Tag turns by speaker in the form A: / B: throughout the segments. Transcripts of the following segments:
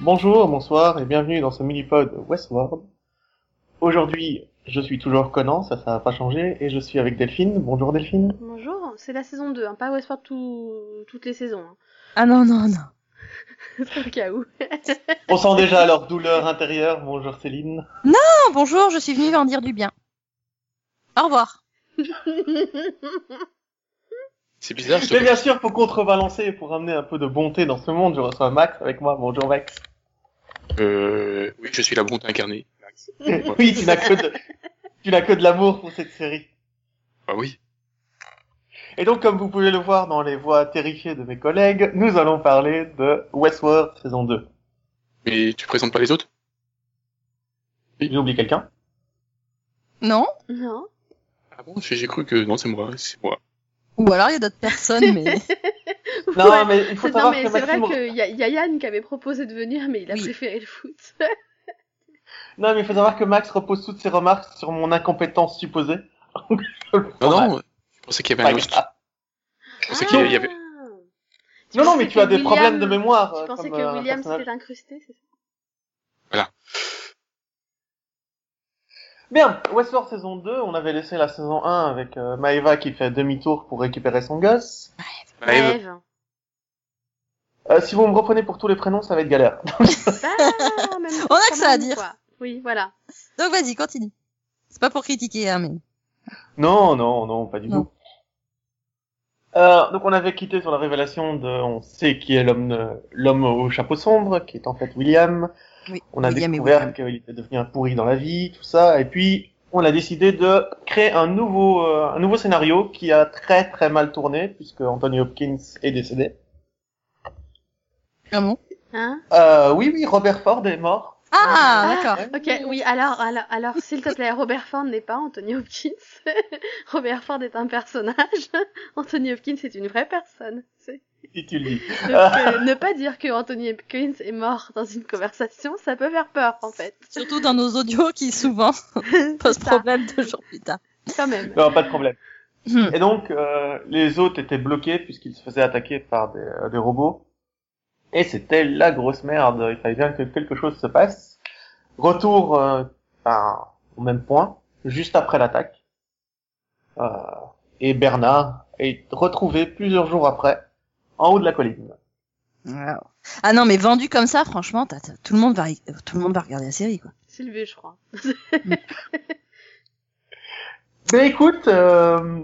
A: Bonjour, bonsoir et bienvenue dans ce mini-pod Westward. Aujourd'hui, je suis toujours Conan, ça, ça n'a pas changé, et je suis avec Delphine. Bonjour Delphine.
B: Bonjour, c'est la saison 2, hein, pas Westworld tout- toutes les saisons. Hein.
C: Ah non, non, non.
B: C'est au cas où.
A: On sent déjà leur douleur intérieure. Bonjour Céline.
C: Ah, bonjour, je suis venue en dire du bien. Au revoir.
D: C'est bizarre, je
A: Mais bien sûr, pour contrebalancer et pour amener un peu de bonté dans ce monde, je reçois Max avec moi. Bonjour Max.
D: euh, Oui, je suis la bonté incarnée.
A: Oui, tu n'as que de, tu n'as que de l'amour pour cette série.
D: Bah oui.
A: Et donc, comme vous pouvez le voir dans les voix terrifiées de mes collègues, nous allons parler de Westworld saison 2.
D: Mais tu présentes pas les autres
A: J'ai oublié quelqu'un
C: Non
B: non.
D: Ah bon J'ai j'ai cru que... Non, c'est moi, c'est moi.
C: Ou alors il y a d'autres personnes, mais.
A: Non,
B: Ouais,
A: mais il faut
B: C'est
A: savoir
B: non, mais
A: que
B: c'est vrai
A: Maxime...
B: qu'il y, a- y a Yann qui avait proposé de venir, mais il a
C: Oui.
B: préféré le foot.
A: Non, mais il faut savoir que Max repose toutes ses remarques sur mon incompétence supposée. Je le prends
D: Non,
A: mal.
D: non, Ben, je pensais qu'il y avait
A: Pas
D: un autre.
A: grave.
D: Je pensais
C: Ah.
D: qu'il y avait...
A: Non, non, mais
B: Ah. pensais
A: tu as
B: que
A: des
B: William-
A: problèmes de mémoire.
B: Tu
A: euh,
B: pensais
A: comme,
B: que
A: euh, un
B: William
A: personnage.
B: s'était incrusté, c'est ça
A: Bien, Westworld saison 2, on avait laissé la saison 1 avec euh, Maeva qui fait demi-tour pour récupérer son gosse.
D: Maëve.
B: Maëve.
A: Euh, si vous me reprenez pour tous les prénoms, ça va être galère.
B: Bah, même
C: On a que
B: quand
C: ça à
B: même,
C: dire.
B: quoi. Oui, voilà.
C: Donc vas-y, continue. C'est pas pour critiquer, hein, mais.
A: Non, non, non, pas du
C: Non.
A: tout. Euh, donc on avait quitté sur la révélation de, on sait qui est l'homme, euh, l'homme au chapeau sombre, qui est en fait William.
C: Oui,
A: On a
C: William et
A: découvert
C: William.
A: qu'il était devenu un pourri dans la vie, tout ça, et puis on a décidé de créer un nouveau, euh, un nouveau scénario qui a très très mal tourné puisque Anthony Hopkins est décédé.
C: Ah bon
B: Hein
A: Euh, oui, oui, Robert Ford est mort.
C: Ah, d'accord.
B: Ok, oui, alors, alors, alors s'il te plaît, Robert Ford n'est pas Anthony Hopkins. Robert Ford est un personnage. Anthony Hopkins est une vraie personne. C'est-
A: Si tu le dis.
B: Donc, euh, ne pas dire que Anthony Hopkins est mort dans une conversation, ça peut faire peur en fait.
C: Surtout dans nos audios qui souvent posent
B: C'est ça,
C: problème deux jours plus tard.
B: Quand même.
A: Non, pas de problème.
C: Hmm.
A: Et donc, euh, les autres étaient bloqués puisqu'ils se faisaient attaquer par des, euh, des robots. Et c'était la grosse merde. Il fallait bien que quelque chose se passe. Retour euh, ben, au même point, juste après l'attaque. Euh, et Bernard est retrouvé plusieurs jours après, en haut de la colline.
C: Wow. Ah non, mais vendu comme ça, franchement, t'as- t'as- tout, le monde va... ri- tout le monde va regarder la série, quoi.
B: Sylvie, je crois.
A: Ben écoute, euh,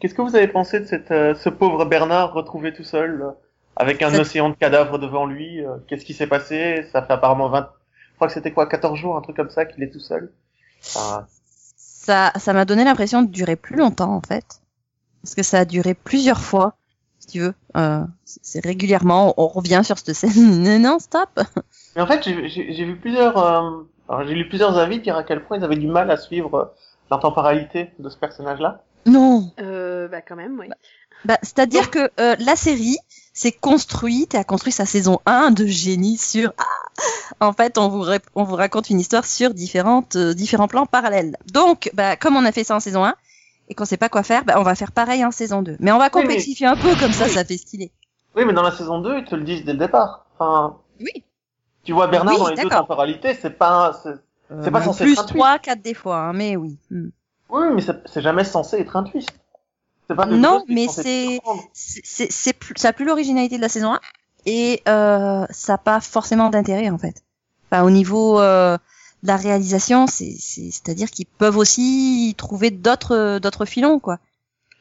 A: qu'est-ce que vous avez pensé de cette, euh, ce pauvre Bernard retrouvé tout seul, euh, avec un
C: Ça-
A: océan de cadavres devant lui euh, Qu'est-ce qui s'est passé Ça fait apparemment 20... Je crois que c'était quoi 14 jours, un truc comme ça, qu'il est tout seul Enfin,
C: Ça ça m'a donné l'impression de durer plus longtemps, en fait. Parce que ça a duré plusieurs fois, si tu veux. Euh, c'est- c'est régulièrement, on revient sur cette scène non-stop.
A: Mais en fait, j'ai- j'ai j'ai vu plusieurs... euh, alors, J'ai lu plusieurs avis dire à quel point ils avaient du mal à suivre euh, la temporalité de ce personnage-là.
C: Non
B: Euh, bah quand même, oui.
C: Bah, C'est-à-dire que euh, la série s'est construite et a construit sa saison 1 de génie sur... Ah en fait, on vous, rép- on vous raconte une histoire sur différentes, euh, différents plans parallèles. Donc, bah, comme on a fait ça en saison 1 et qu'on sait pas quoi faire, bah, on va faire pareil en saison 2. Mais on va
A: mais-
C: complexifier un peu, comme ça,
A: Oui.
C: ça fait stylé.
A: Oui, mais dans la saison 2, ils te le disent dès le départ. Enfin,
C: Oui.
A: tu vois Bernard
C: Oui,
A: dans les deux
C: d'accord.
A: temporalités, c'est pas... un- c'est- C'est pas censé
C: Euh, plus
A: être un tweet.
C: 3, 4 des fois, hein, mais oui. Hmm.
A: Oui, mais c'est c'est jamais censé être un twist. C'est pas quelque
C: Non,
A: chose qui est
C: mais
A: censé
C: c'est-
A: te prendre.
C: C'est- c'est c'est plus- ça a plus l'originalité de la saison 1 et euh, ça n'a pas forcément d'intérêt en fait. Enfin, au niveau euh, de la réalisation, c'est c'est- c'est-à-dire qu'ils peuvent aussi trouver d'autres euh, d'autres filons quoi.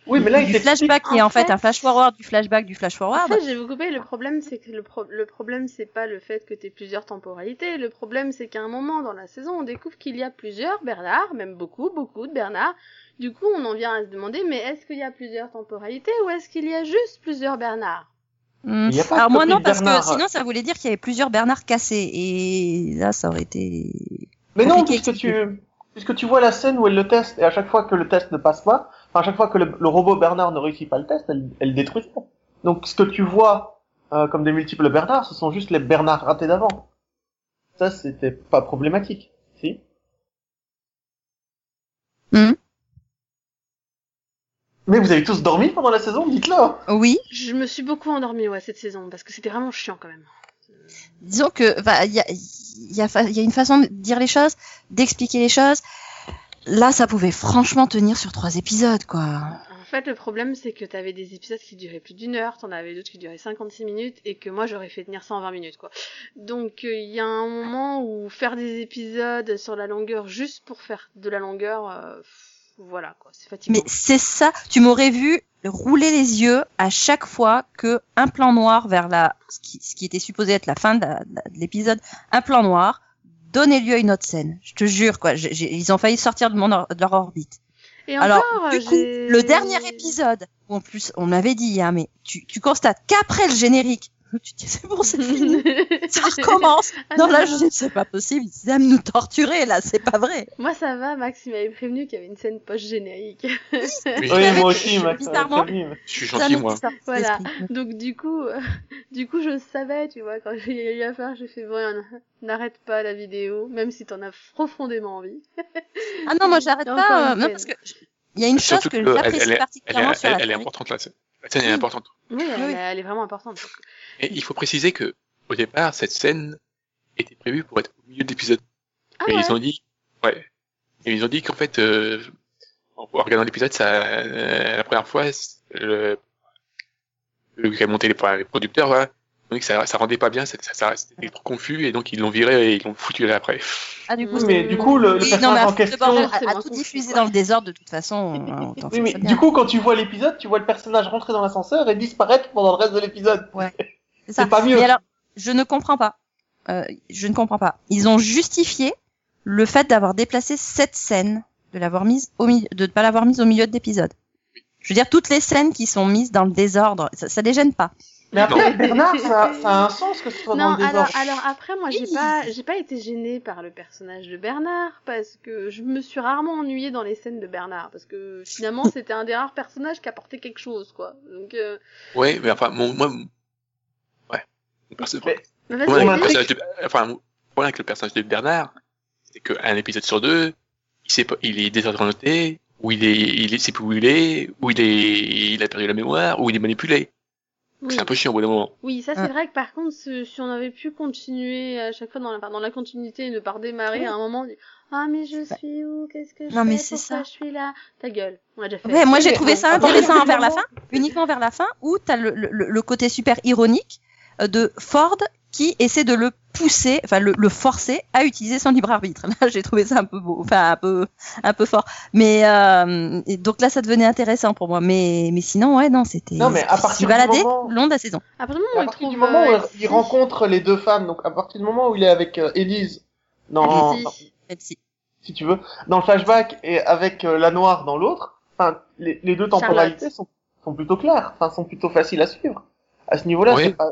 A: Oui, mais là, il
C: du
A: t'explique-
C: flashback qui est
B: En
C: en fait
B: fait-
C: un flash forward du flashback du flash
B: En
C: forward.
B: fait, j'ai vous coupé. Le problème, c'est que le, pro- le problème, c'est pas le fait que t'aies plusieurs temporalités. Le problème, c'est qu'à un moment dans la saison, on découvre qu'il y a plusieurs Bernard, même beaucoup, beaucoup de Bernard. Du coup, on en vient à se demander, mais est-ce qu'il y a plusieurs temporalités ou est-ce qu'il y a juste plusieurs Bernard
C: Hmm.
A: Il y a pas
C: Alors
A: de
C: moi
A: copie
C: non
A: de
C: parce que
A: Bernard.
C: sinon ça voulait dire qu'il y avait plusieurs Bernard cassés et là ça aurait été.
A: Mais non,
C: compliqué à
A: puisque
C: expliquer.
A: tu, puisque tu vois la scène où elle le teste, et à chaque fois que le test ne passe pas, enfin, à chaque fois que le, le robot Bernard ne réussit pas le test, elle, elle détruit ça. Donc, ce que tu vois euh, comme des multiples Bernard, ce sont juste les Bernard ratés d'avant. Ça, c'était pas problématique, si
C: Mhm.
A: Mais vous avez tous dormi pendant la saison, dites-le
C: Oui.
B: Je me suis beaucoup endormie, ouais, cette saison, parce que c'était vraiment chiant quand même.
C: disons que il y a, y, a, fa- y a une façon de dire les choses, d'expliquer les choses. Là, ça pouvait franchement tenir sur trois épisodes, quoi.
B: En fait, le problème, c'est que t'avais des épisodes qui duraient plus d'une heure, t'en avais d'autres qui duraient 56 minutes, et que moi, j'aurais fait tenir 120 minutes, quoi. Donc, euh, il y a un moment où faire des épisodes sur la longueur juste pour faire de la longueur, euh, pff, voilà, quoi. C'est fatigant.
C: Mais c'est ça, tu m'aurais vu rouler les yeux à chaque fois que un plan noir vers la, ce qui, ce qui était supposé être la fin de, la- de l'épisode, un plan noir donnait lieu à une autre scène. Je te jure, quoi. j'ai- j'ai- ils ont failli sortir de, mon or- de leur orbite.
B: Et
C: Alors,
B: encore,
C: du coup,
B: Ah, j'ai-
C: le dernier épisode, où en plus, on m'avait dit, hein, mais tu, tu constates qu'après le générique, tu te dis, c'est bon, c'est fini, ça recommence.
B: Ah
C: Non,
B: non, non.
C: là, je dis, c'est pas possible, ils aiment nous torturer, là, c'est pas vrai.
B: Moi, ça va, Max, il m'avait prévenu qu'il y avait une scène post-générique.
D: Oui,
A: Oui, moi
C: Je suis
A: aussi, Max. euh,
C: bizarrement-
A: t'as vu, mais-
D: je suis
C: Ça
D: gentil,
C: nous
D: moi.
C: sort de
B: Voilà.
C: l'esprit.
B: Donc du coup, euh, du coup, je savais, tu vois, quand j'ai eu affaire, j'ai fait bon, y'en a- n'arrête pas la vidéo, même si t'en as profondément envie.
C: Ah non, moi, j'arrête
B: Il y a encore
C: pas, euh,
B: une
C: non,
B: scène.
C: parce que, je- il y a une chose
D: Surtout
C: que
D: que elle- elle
C: j'apprécie
D: est- Elle est,
C: particulièrement sur
D: elle-
C: la
D: elle est
C: série.
D: importante, là. Cette cette scène elle est importante.
B: Oui, elle,
C: Oui.
B: elle est vraiment importante.
D: Et il faut préciser que, au départ, cette scène était prévue pour être au milieu de l'épisode.
B: Ah
D: Mais
B: ouais.
D: ils ont dit, ouais. Et ils ont dit qu'en fait, euh, en en regardant l'épisode, ça, euh, la première fois, c- le, le qui a monté les, les producteurs, voilà, ils ont dit que ça, ça rendait pas bien, ça, ça, ça- c'était trop confus, et donc ils l'ont viré et ils l'ont foutu là après.
C: Ah, du coup,
A: Oui, mais du coup, le, le
C: Oui,
A: personnage
C: non, mais à
A: en
C: foutre le
A: question.
C: bordel,
B: c'est
C: à, à
B: moins
C: tout
B: confus,
C: diffuser
B: quoi.
C: dans le désordre, de toute façon, euh, on, on t'en
A: Oui,
C: fout
A: mais
C: très
A: du
C: bien.
A: coup, quand tu vois l'épisode, tu vois le personnage rentrer dans l'ascenseur et disparaître pendant le reste de l'épisode.
C: Ouais. C'est ça.
A: C'est pas mieux.
C: Mais alors, je ne comprends pas. Euh, je ne comprends pas. Ils ont justifié le fait d'avoir déplacé cette scène, de l'avoir mise au milieu, de ne pas l'avoir mise au milieu de l'épisode. Je veux dire, toutes les scènes qui sont mises dans le désordre, ça, ça les gêne pas.
A: Mais après, Bernard, ça, ça a un sens que ce soit dans le
B: Non,
A: désordre.
B: alors, alors après, moi, j'ai
C: Oui.
B: pas, j'ai pas été gênée par le personnage de Bernard parce que je me suis rarement ennuyée dans les scènes de Bernard parce que finalement, c'était un des rares personnages qui apportait quelque chose, quoi. Donc, euh...
D: Ouais, mais enfin, mon, moi, mon- ouais. Mon perso-
A: Mais-
B: mais
D: mon problème
B: bah, vas-y,
A: Ouais,
D: avec
A: mais-
D: le personnage de- enfin, mon problème avec le personnage de Bernard, c'est qu'un épisode sur deux, il sait pas, il est désorienté, ou il est, il est, sait plus où il est, ou il est, il a perdu la mémoire, ou il est manipulé.
B: oui.
D: C'est un peu chiant au bout d'un moment.
B: Oui, ça c'est
C: Ah.
B: vrai que par contre, ce- si on avait pu continuer à chaque fois dans la, dans la continuité et ne pas redémarrer
C: Oui.
B: à un moment, on dit, ah mais je suis où, qu'est-ce que je
C: Non,
B: fais,
C: mais c'est
B: pourquoi
C: ça.
B: je suis là, ta gueule, on l'a déjà fait.
C: Ouais, moi
A: Oui,
C: j'ai
A: mais
C: trouvé
A: bon,
C: ça
A: à partir
C: intéressant
A: du
C: vers la
A: moment-
C: fin, uniquement vers la fin, où t'as le, le, le côté super ironique euh, de Ford qui essaie de le pousser, enfin le, le forcer à utiliser son libre arbitre. Là j'ai trouvé ça un peu beau, enfin un peu un peu fort. Mais euh, et donc là ça devenait intéressant pour moi. Mais mais sinon ouais non c'était
A: Non, mais à
C: je
A: partir
C: suis
A: du
C: baladée
A: moment-
C: le long de la saison.
B: Après le moment où
A: À
B: il
A: partir
B: trouve,
A: du moment où
B: euh,
A: il
B: Elsie-
A: rencontre les deux femmes, donc à partir du moment où il est avec euh, Elise, dans,
B: Elsie.
C: Même si-
A: si tu veux, dans le flashback et avec euh, la noire dans l'autre, enfin, les, les deux
B: Charlotte.
A: temporalités sont, sont plutôt claires, enfin, sont plutôt faciles à suivre. À ce niveau-là,
D: Oui.
A: c'est pas...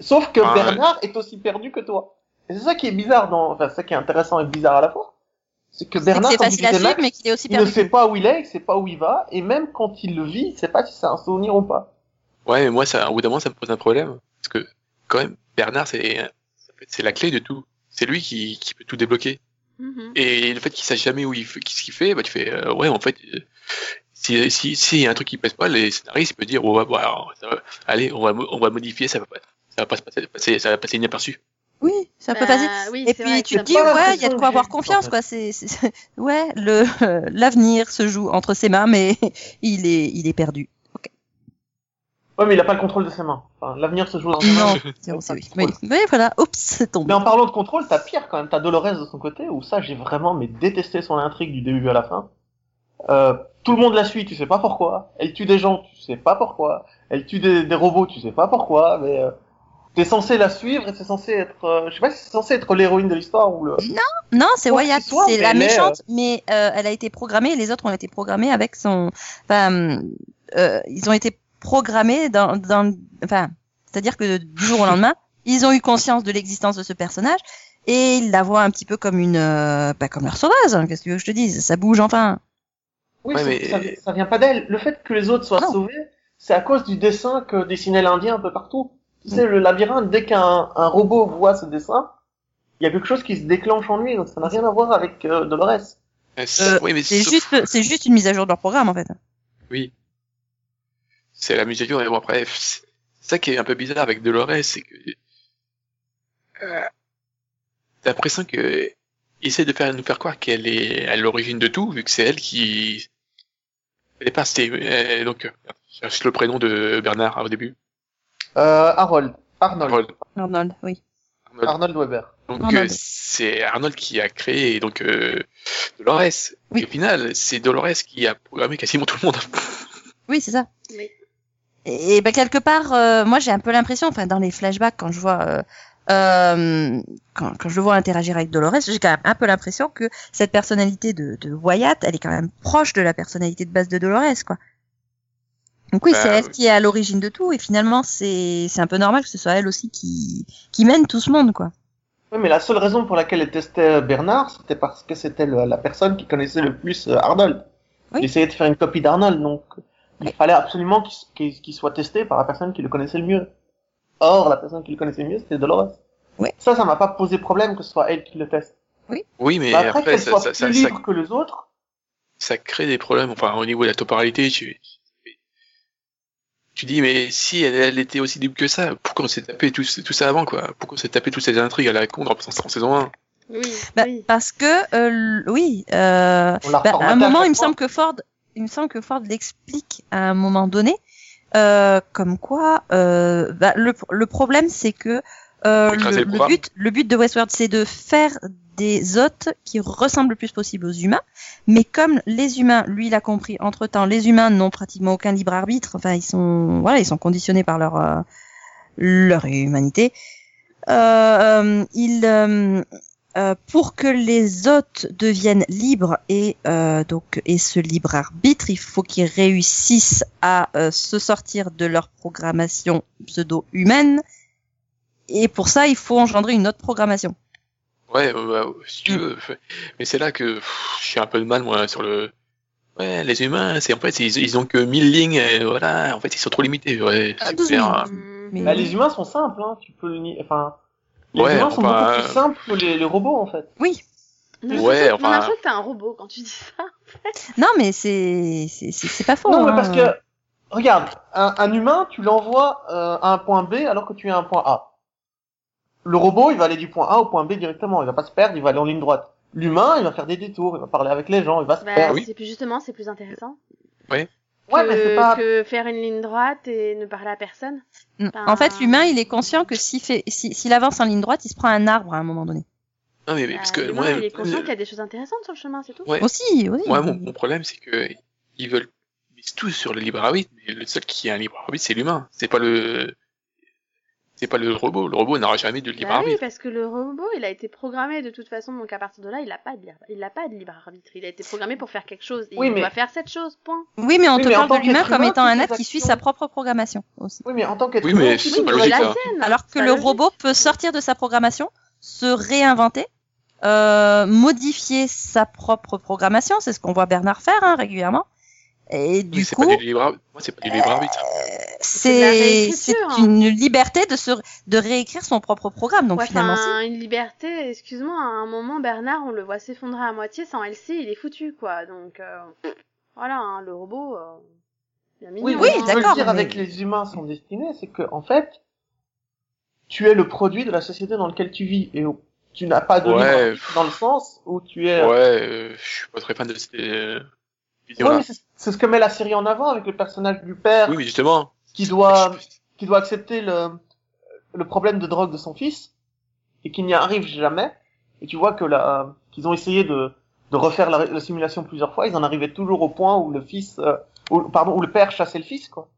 A: sauf que
D: Ah,
A: Bernard est aussi perdu que toi. Et c'est ça qui est bizarre dans, enfin, c'est ça qui est intéressant et bizarre à la fois. C'est que
C: c'est que
A: Bernard,
C: c'est
A: comme
C: facile à
A: disait
C: suivre
A: Max,
C: mais qu'il est aussi
A: il ne
C: perdu.
A: sait pas où il est, il sait pas où il va, et même quand il le vit, il sait pas si c'est un souvenir ou pas.
D: Ouais, mais moi, ça, au bout d'un moment, ça me pose un problème. Parce que, quand même, Bernard, c'est, en fait, c'est la clé de tout. C'est lui qui, qui peut tout débloquer.
C: Mm-hmm.
B: Mhm.
D: Et le fait qu'il sache jamais où il, fait- qu'est-ce qu'il fait, bah, tu fais, euh, ouais, en fait, euh, si, si, si y a un truc qui pèse pas, les scénaristes peuvent dire, oh, on va, voir, ça va- allez, on va, mo- on va modifier, ça va pas, ça va pas se passer, passer- ça va passer inaperçu.
C: Oui, ça peut
B: Bah,
C: passer.
B: oui,
C: Et
B: c'est vrai
C: puis
B: que
C: tu
B: ça
C: te dis
A: peut-
C: ouais, il y a de quoi avoir
A: En
C: confiance
A: fait.
C: quoi. C'est c'est- c'est- ouais, le l'avenir se joue entre ses mains, mais il est il est perdu.
A: Ouais, mais il a pas le contrôle de ses mains. Enfin, l'avenir se joue dans ses mains.
C: Non, c'est bon, c'est oui. Mais, mais voilà, oups, c'est tombé.
A: Mais en parlant de contrôle, t'as pire quand même. T'as Dolores de son côté, où ça, j'ai vraiment mais détesté son intrigue du début à la fin. Euh, tout le monde la suit, tu sais pas pourquoi. Elle tue des gens, tu sais pas pourquoi. Elle tue des, des robots, tu sais pas pourquoi. Mais euh, t'es censé la suivre et c'est censé être, euh, je sais pas si c'est censé être l'héroïne de l'histoire ou le.
C: Non, c'est
A: Quoi que
C: Wyatt,
A: ce soit,
C: c'est
A: mais
C: la
A: elle est,
C: méchante, mais euh, elle a été programmée, les autres ont été programmés avec son. Enfin, euh, ils ont été programmés dans. dans enfin, c'est-à-dire que du jour au lendemain, ils ont eu conscience de l'existence de ce personnage et ils la voient un petit peu comme une. Euh, bah, comme leur sauveuse, hein, qu'est-ce que tu veux que je te dise Ça bouge enfin.
A: Oui,
D: Ouais,
A: c'est-
D: mais-
A: ça, ça vient pas d'elle. Le fait que les autres soient
C: Non.
A: sauvés, c'est à cause du dessin que dessinait l'Indien un peu partout. Tu sais, le labyrinthe, dès qu'un un robot voit ce dessin, il y a quelque chose qui se déclenche en lui, donc ça n'a rien à voir avec euh, Dolores.
D: Euh,
C: Euh,
D: oui, mais
C: C'est
D: sauf-
C: juste, c'est juste une mise à jour de leur programme en fait.
D: Oui. C'est la musique et bon, après, c'est c'est ça qui est un peu bizarre avec Dolores, c'est que euh, t'as l'impression que essaie de faire nous faire croire qu'elle est à l'origine de tout, vu que c'est elle qui. Au départ, c'était euh, donc euh, je cherche le prénom de Bernard hein, au début. euh,
A: Euh, Harold. Arnold.
D: Arnold.
C: Arnold, oui.
D: Arnold.
A: Arnold Weber.
D: Donc
C: Arnold.
D: euh, c'est Arnold qui a créé donc euh, Dolores.
C: Oui.
D: Et au final, c'est Dolores qui a programmé quasiment tout le monde.
C: Oui, c'est ça.
B: Oui.
C: Et, et ben quelque part, euh, moi j'ai un peu l'impression, enfin dans les flashbacks quand je vois, euh, euh, quand, quand je le vois interagir avec Dolores, j'ai quand même un peu l'impression que cette personnalité de, de Wyatt, elle est quand même proche de la personnalité de base de Dolores, quoi. Donc oui,
D: Bah,
C: c'est elle
D: oui.
C: qui est à l'origine de tout, et finalement c'est c'est un peu normal que ce soit elle aussi qui qui mène tout ce monde, quoi.
A: Oui, mais la seule raison pour laquelle elle testait Bernard, c'était parce que c'était le- la personne qui connaissait le plus euh, Arnold.
C: Oui.
A: Il essayait de faire une copie d'Arnold, donc il
C: Oui.
A: fallait absolument qu'il s- qu'il qu'il soit testé par la personne qui le connaissait le mieux. Or, la personne qui le connaissait le mieux, c'était Dolores.
C: Oui.
A: Ça, ça m'a pas posé problème que ce soit elle qui le teste.
D: Oui, mais
A: Mais Bah, après,
D: après
A: qu'elle
D: ça,
A: soit
D: ça,
A: plus
D: ça, ça,
A: libre que les autres,
D: ça crée des problèmes. Enfin, au niveau de la temporalité, tu, tu dis, mais si elle, elle était aussi libre que ça, pourquoi on s'est tapé tout, ce- tout ça avant, quoi Pourquoi on s'est tapé toutes ces intrigues à la con en, en saison 1
B: Oui,
C: Bah,
B: oui.
C: Parce que euh, l- oui, euh,
A: on l'a
C: Bah, à
A: reformaté
C: un moment,
A: chaque
C: il me
A: fois.
C: semble que Ford, il me semble que Ford l'explique à un moment donné, euh, comme quoi, euh, bah, le, le problème, c'est que euh,
D: Faut écraser
C: le,
D: le
C: le
D: programme.
C: but, le but de Westworld, c'est de faire des hôtes qui ressemblent le plus possible aux humains, mais comme les humains, lui, il a compris, entre temps, les humains n'ont pratiquement aucun libre arbitre, enfin, ils sont, voilà, ils sont conditionnés par leur euh, leur humanité. Euh, euh, il euh, euh, pour que les hôtes deviennent libres et euh, donc et ce libre arbitre, il faut qu'ils réussissent à euh, se sortir de leur programmation pseudo-humaine. Et pour ça, il faut engendrer une autre programmation.
D: Ouais, ouais, ouais, si tu veux. Mais c'est là que pff, je suis un peu de mal, moi, sur le. Ouais, les humains, c'est en fait, ils, ils ont que 1000 lignes, et voilà, en fait, ils sont trop limités. Ouais,
C: Ah,
D: super.
C: 12 000.
D: hein.
B: Hum,
C: Mais-
A: Bah, les humains sont simples, hein. Tu peux le nier. Enfin, les
D: Ouais,
A: humains sont
D: enfin,
A: beaucoup plus
D: euh,
A: simples que les, les robots, en fait.
C: Oui.
B: on a
D: Ouais,
B: l'impression- On
D: enfin-
B: a l'impression que t'es un robot quand tu dis ça.
C: Non, mais c'est c'est c'est- c'est pas faux.
A: Non, mais
C: hein.
A: parce que, regarde, un, un humain, tu l'envoies euh, à un point B alors que tu es à un point A. Le robot, il va aller du point A au point B directement. Il va pas se perdre, il va aller en ligne droite. L'humain, il va faire des détours, il va parler avec les gens, il va se
B: Bah,
A: perdre.
D: Ah oui.
B: c'est plus justement, c'est plus intéressant
A: Ouais,
B: que,
A: mais c'est pas.
B: que faire une ligne droite et ne parler à personne.
C: Mm.
B: Ben-
C: En fait, l'humain, il est conscient que s'il fait si- s'il avance en ligne droite, il se prend un arbre à un moment donné.
D: Non, mais, mais parce
B: Bah,
D: que
B: l'humain,
D: moi,
B: il est conscient
D: le-
B: qu'il y a des choses intéressantes sur le chemin, c'est tout.
D: ouais,
C: Aussi, oui.
D: moi, mon, mon problème, c'est que ils veulent ils misent tous sur le libre arbitre, mais le seul qui a un libre arbitre, c'est l'humain. C'est pas le. C'est pas le robot. Le robot n'aura jamais de libre
B: Bah oui,
D: arbitre.
B: parce que le robot, il a été programmé de toute façon, donc à partir de là, il n'a pas de libre, il a pas de libre arbitre. Il a été programmé pour faire quelque chose. Et
A: Oui,
B: il
A: mais-
B: doit faire cette chose, point.
C: Oui, mais on
A: Oui,
C: te
A: mais en
C: parle de
A: tant qu'être
C: l'humain comme
A: humain,
C: étant un
A: toutes
C: être
A: les
C: qui suit
A: actions-
C: sa propre programmation aussi.
A: Oui, mais en tant qu'être
D: Oui,
A: humain,
D: mais
A: tu
D: c'est
A: peux
D: pas
A: te
D: logique,
B: la
A: réaliser.
D: hein.
B: sienne.
C: Alors que
B: C'est
C: le
B: Bah, logique.
C: robot peut sortir de sa programmation, se réinventer, euh, modifier sa propre programmation, c'est ce qu'on voit Bernard faire hein, régulièrement. Et
D: Mais
C: du
D: c'est
C: coup,
D: pas du libre arbitre. Moi, c'est pas du libre arbitre.
A: Euh,
B: de la
C: c'est
B: réécriture,
C: c'est
B: hein.
C: une liberté de se de réécrire son propre programme. Donc
B: Ouais,
C: finalement, si.
B: enfin, une liberté, excuse-moi, à un moment, Bernard, on le voit s'effondrer à moitié, sans LC, il est foutu, quoi. Donc, euh, voilà, hein, le robot, euh, bien mignon,
A: Oui,
C: Oui,
A: oui, ce que je veux
C: d'accord,
A: dire
C: mais-
A: avec les humains sont destinés, c'est que en fait, tu es le produit de la société dans laquelle tu vis et où tu n'as pas de
D: Ouais.
A: libre arbitre dans le sens où tu es.
D: Ouais, euh, je suis pas très fan de cette euh,
A: Ouais,
D: vidéo-là.
A: mais c'est- c'est ce que met la série en avant avec le personnage du père
D: Oui, mais justement.
A: qui doit
D: je-
A: qui doit accepter le, le problème de drogue de son fils et qui n'y arrive jamais. Et tu vois que la, qu'ils ont essayé de, de refaire la, la simulation plusieurs fois, ils en arrivaient toujours au point où le fils, euh, où, pardon, où le père chassait le fils, quoi.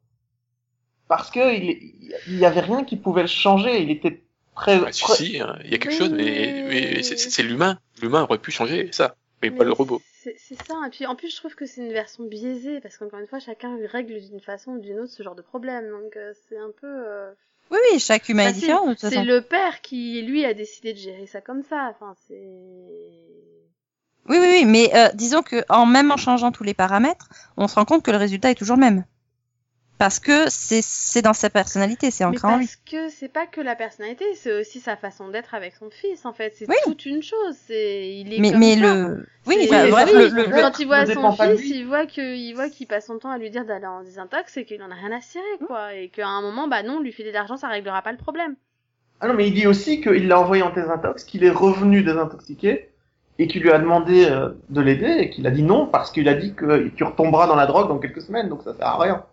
A: Parce que il, il- il y avait rien qui pouvait le changer, il était prêt.
D: Bah, si,
A: prêt-
D: si, hein, il y a quelque
B: Oui.
D: chose, mais, mais c'est- c'est c'est l'humain. L'humain aurait pu changer ça, mais, pas le robot.
B: C'est c'est ça. Et puis, en plus, je trouve que c'est une version biaisée, parce qu'encore une fois, chacun règle d'une façon ou d'une autre ce genre de problème. Donc, euh, c'est un peu. euh,
C: Oui, oui, chaque humain est
B: facile.
C: différent de toute
B: bah, C'est
C: façon.
B: le père qui, lui, a décidé de gérer ça comme ça. Enfin, c'est.
C: Oui, oui, oui, mais euh, disons que en même en changeant tous les paramètres, on se rend compte que le résultat est toujours le même. Parce que c'est c'est dans sa personnalité, c'est
B: Mais
C: ancré en lui.
B: parce que c'est pas que la personnalité, c'est aussi sa façon d'être avec son fils, en fait. C'est
C: Oui.
B: toute une chose. C'est il est
C: Mais,
B: comme
C: mais
B: ça.
C: le oui,
B: C'est-
C: enfin,
A: oui,
C: bref,
A: oui,
C: le-
A: c'est
C: le-
A: vrai.
B: quand il voit
A: ne
B: son
A: dépend pas de
B: fils,
A: lui.
B: il voit que il voit qu'il passe son temps à lui dire d'aller
C: Mmh.
B: en désintox et qu'il en a rien à cirer, quoi. Et qu'à un moment, bah non, lui filer de l'argent, ça réglera pas le problème.
A: Ah non, mais il dit aussi qu'il l'a envoyé en désintox, qu'il est revenu désintoxiqué, et qu'il lui a demandé euh, de l'aider, et qu'il a dit non, parce qu'il a dit que tu retomberas dans la drogue dans quelques semaines, donc ça sert à rien.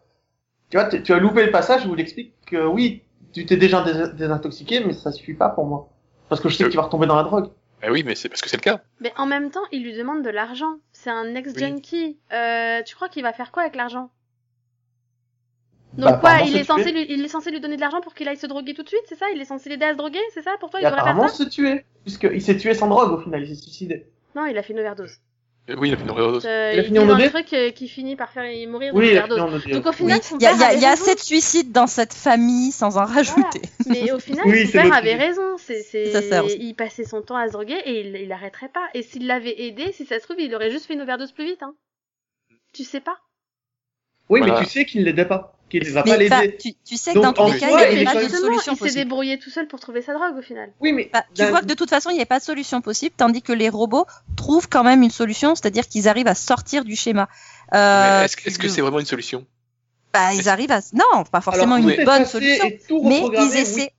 A: Tu vois, tu tu as loupé le passage où il explique que oui, tu t'es déjà dés- désintoxiqué, mais ça suffit pas pour moi. Parce que je sais
D: Euh.
A: qu'il va retomber dans la drogue.
D: Bah oui, mais c'est parce que c'est le cas.
B: Mais en même temps, il lui demande de l'argent. C'est un
D: Oui.
B: ex-junkie. Euh, tu crois qu'il va faire quoi avec l'argent
A: Bah,
B: Donc quoi
A: apparemment,
B: il
A: se
B: est, censé
A: tuer.
B: lui, il est censé lui donner de l'argent pour qu'il aille se droguer tout de suite, c'est ça Il est censé l'aider à se droguer, c'est ça Pour toi,
A: Et
B: il devrait faire
A: apparemment
B: ça
A: se tuer, puisqu'il s'est tué sans drogue au final, il s'est suicidé.
B: Non, il a fait une overdose.
D: Euh, Oui, il a fait une overdose.
B: Euh,
A: Il a
B: il
A: fini
B: est
A: en
B: dans le
A: OD?
B: truc euh, qui finit par faire y mourir
A: Oui,
B: d'une
A: il a fini
B: overdose.
A: en Odio.
B: Donc au
C: Oui.
B: final, son
C: Il y a,
B: père
C: il y a-
B: avait
C: il y a
B: raison.
C: sept suicides dans cette famille sans en rajouter.
B: Mais au final,
A: Oui,
B: son
A: c'est
B: père
A: le-
B: avait raison. C'est, c'est...
C: Ça sert aussi.
B: Il passait son temps à se droguer et il, il arrêterait pas. Et s'il l'avait aidé, si ça se trouve, il aurait juste fait une overdose plus vite. Hein. Tu sais pas.
A: Oui, mais
D: Voilà.
A: tu sais qu'il l'aidait pas, qu'il les a pas
C: Mais enfin,
A: l'aider.
C: tu, tu sais que
A: Donc,
C: dans tous
D: en
C: les
A: soi,
C: cas, il
A: il
C: n'y
A: est
C: a pas
A: pas
C: de
B: justement,
C: solution
B: il s'est
C: possible.
B: débrouillé tout seul pour trouver sa drogue au final.
A: Oui, mais
C: Bah, tu
A: D'un-
C: vois que de toute façon, il n'y a pas de solution possible, tandis que les robots trouvent quand même une solution, c'est-à-dire qu'ils arrivent à sortir du schéma. Euh,
D: Mais est-ce que- est-ce que
C: tu-
D: c'est vraiment une solution
C: bah, ils arrivent à... Non, pas forcément
A: Alors, tout
C: une
A: est
C: bonne
A: passé
C: solution,
A: et tout
C: mais
A: reprogrammé,
C: ils
A: oui.
C: essaient.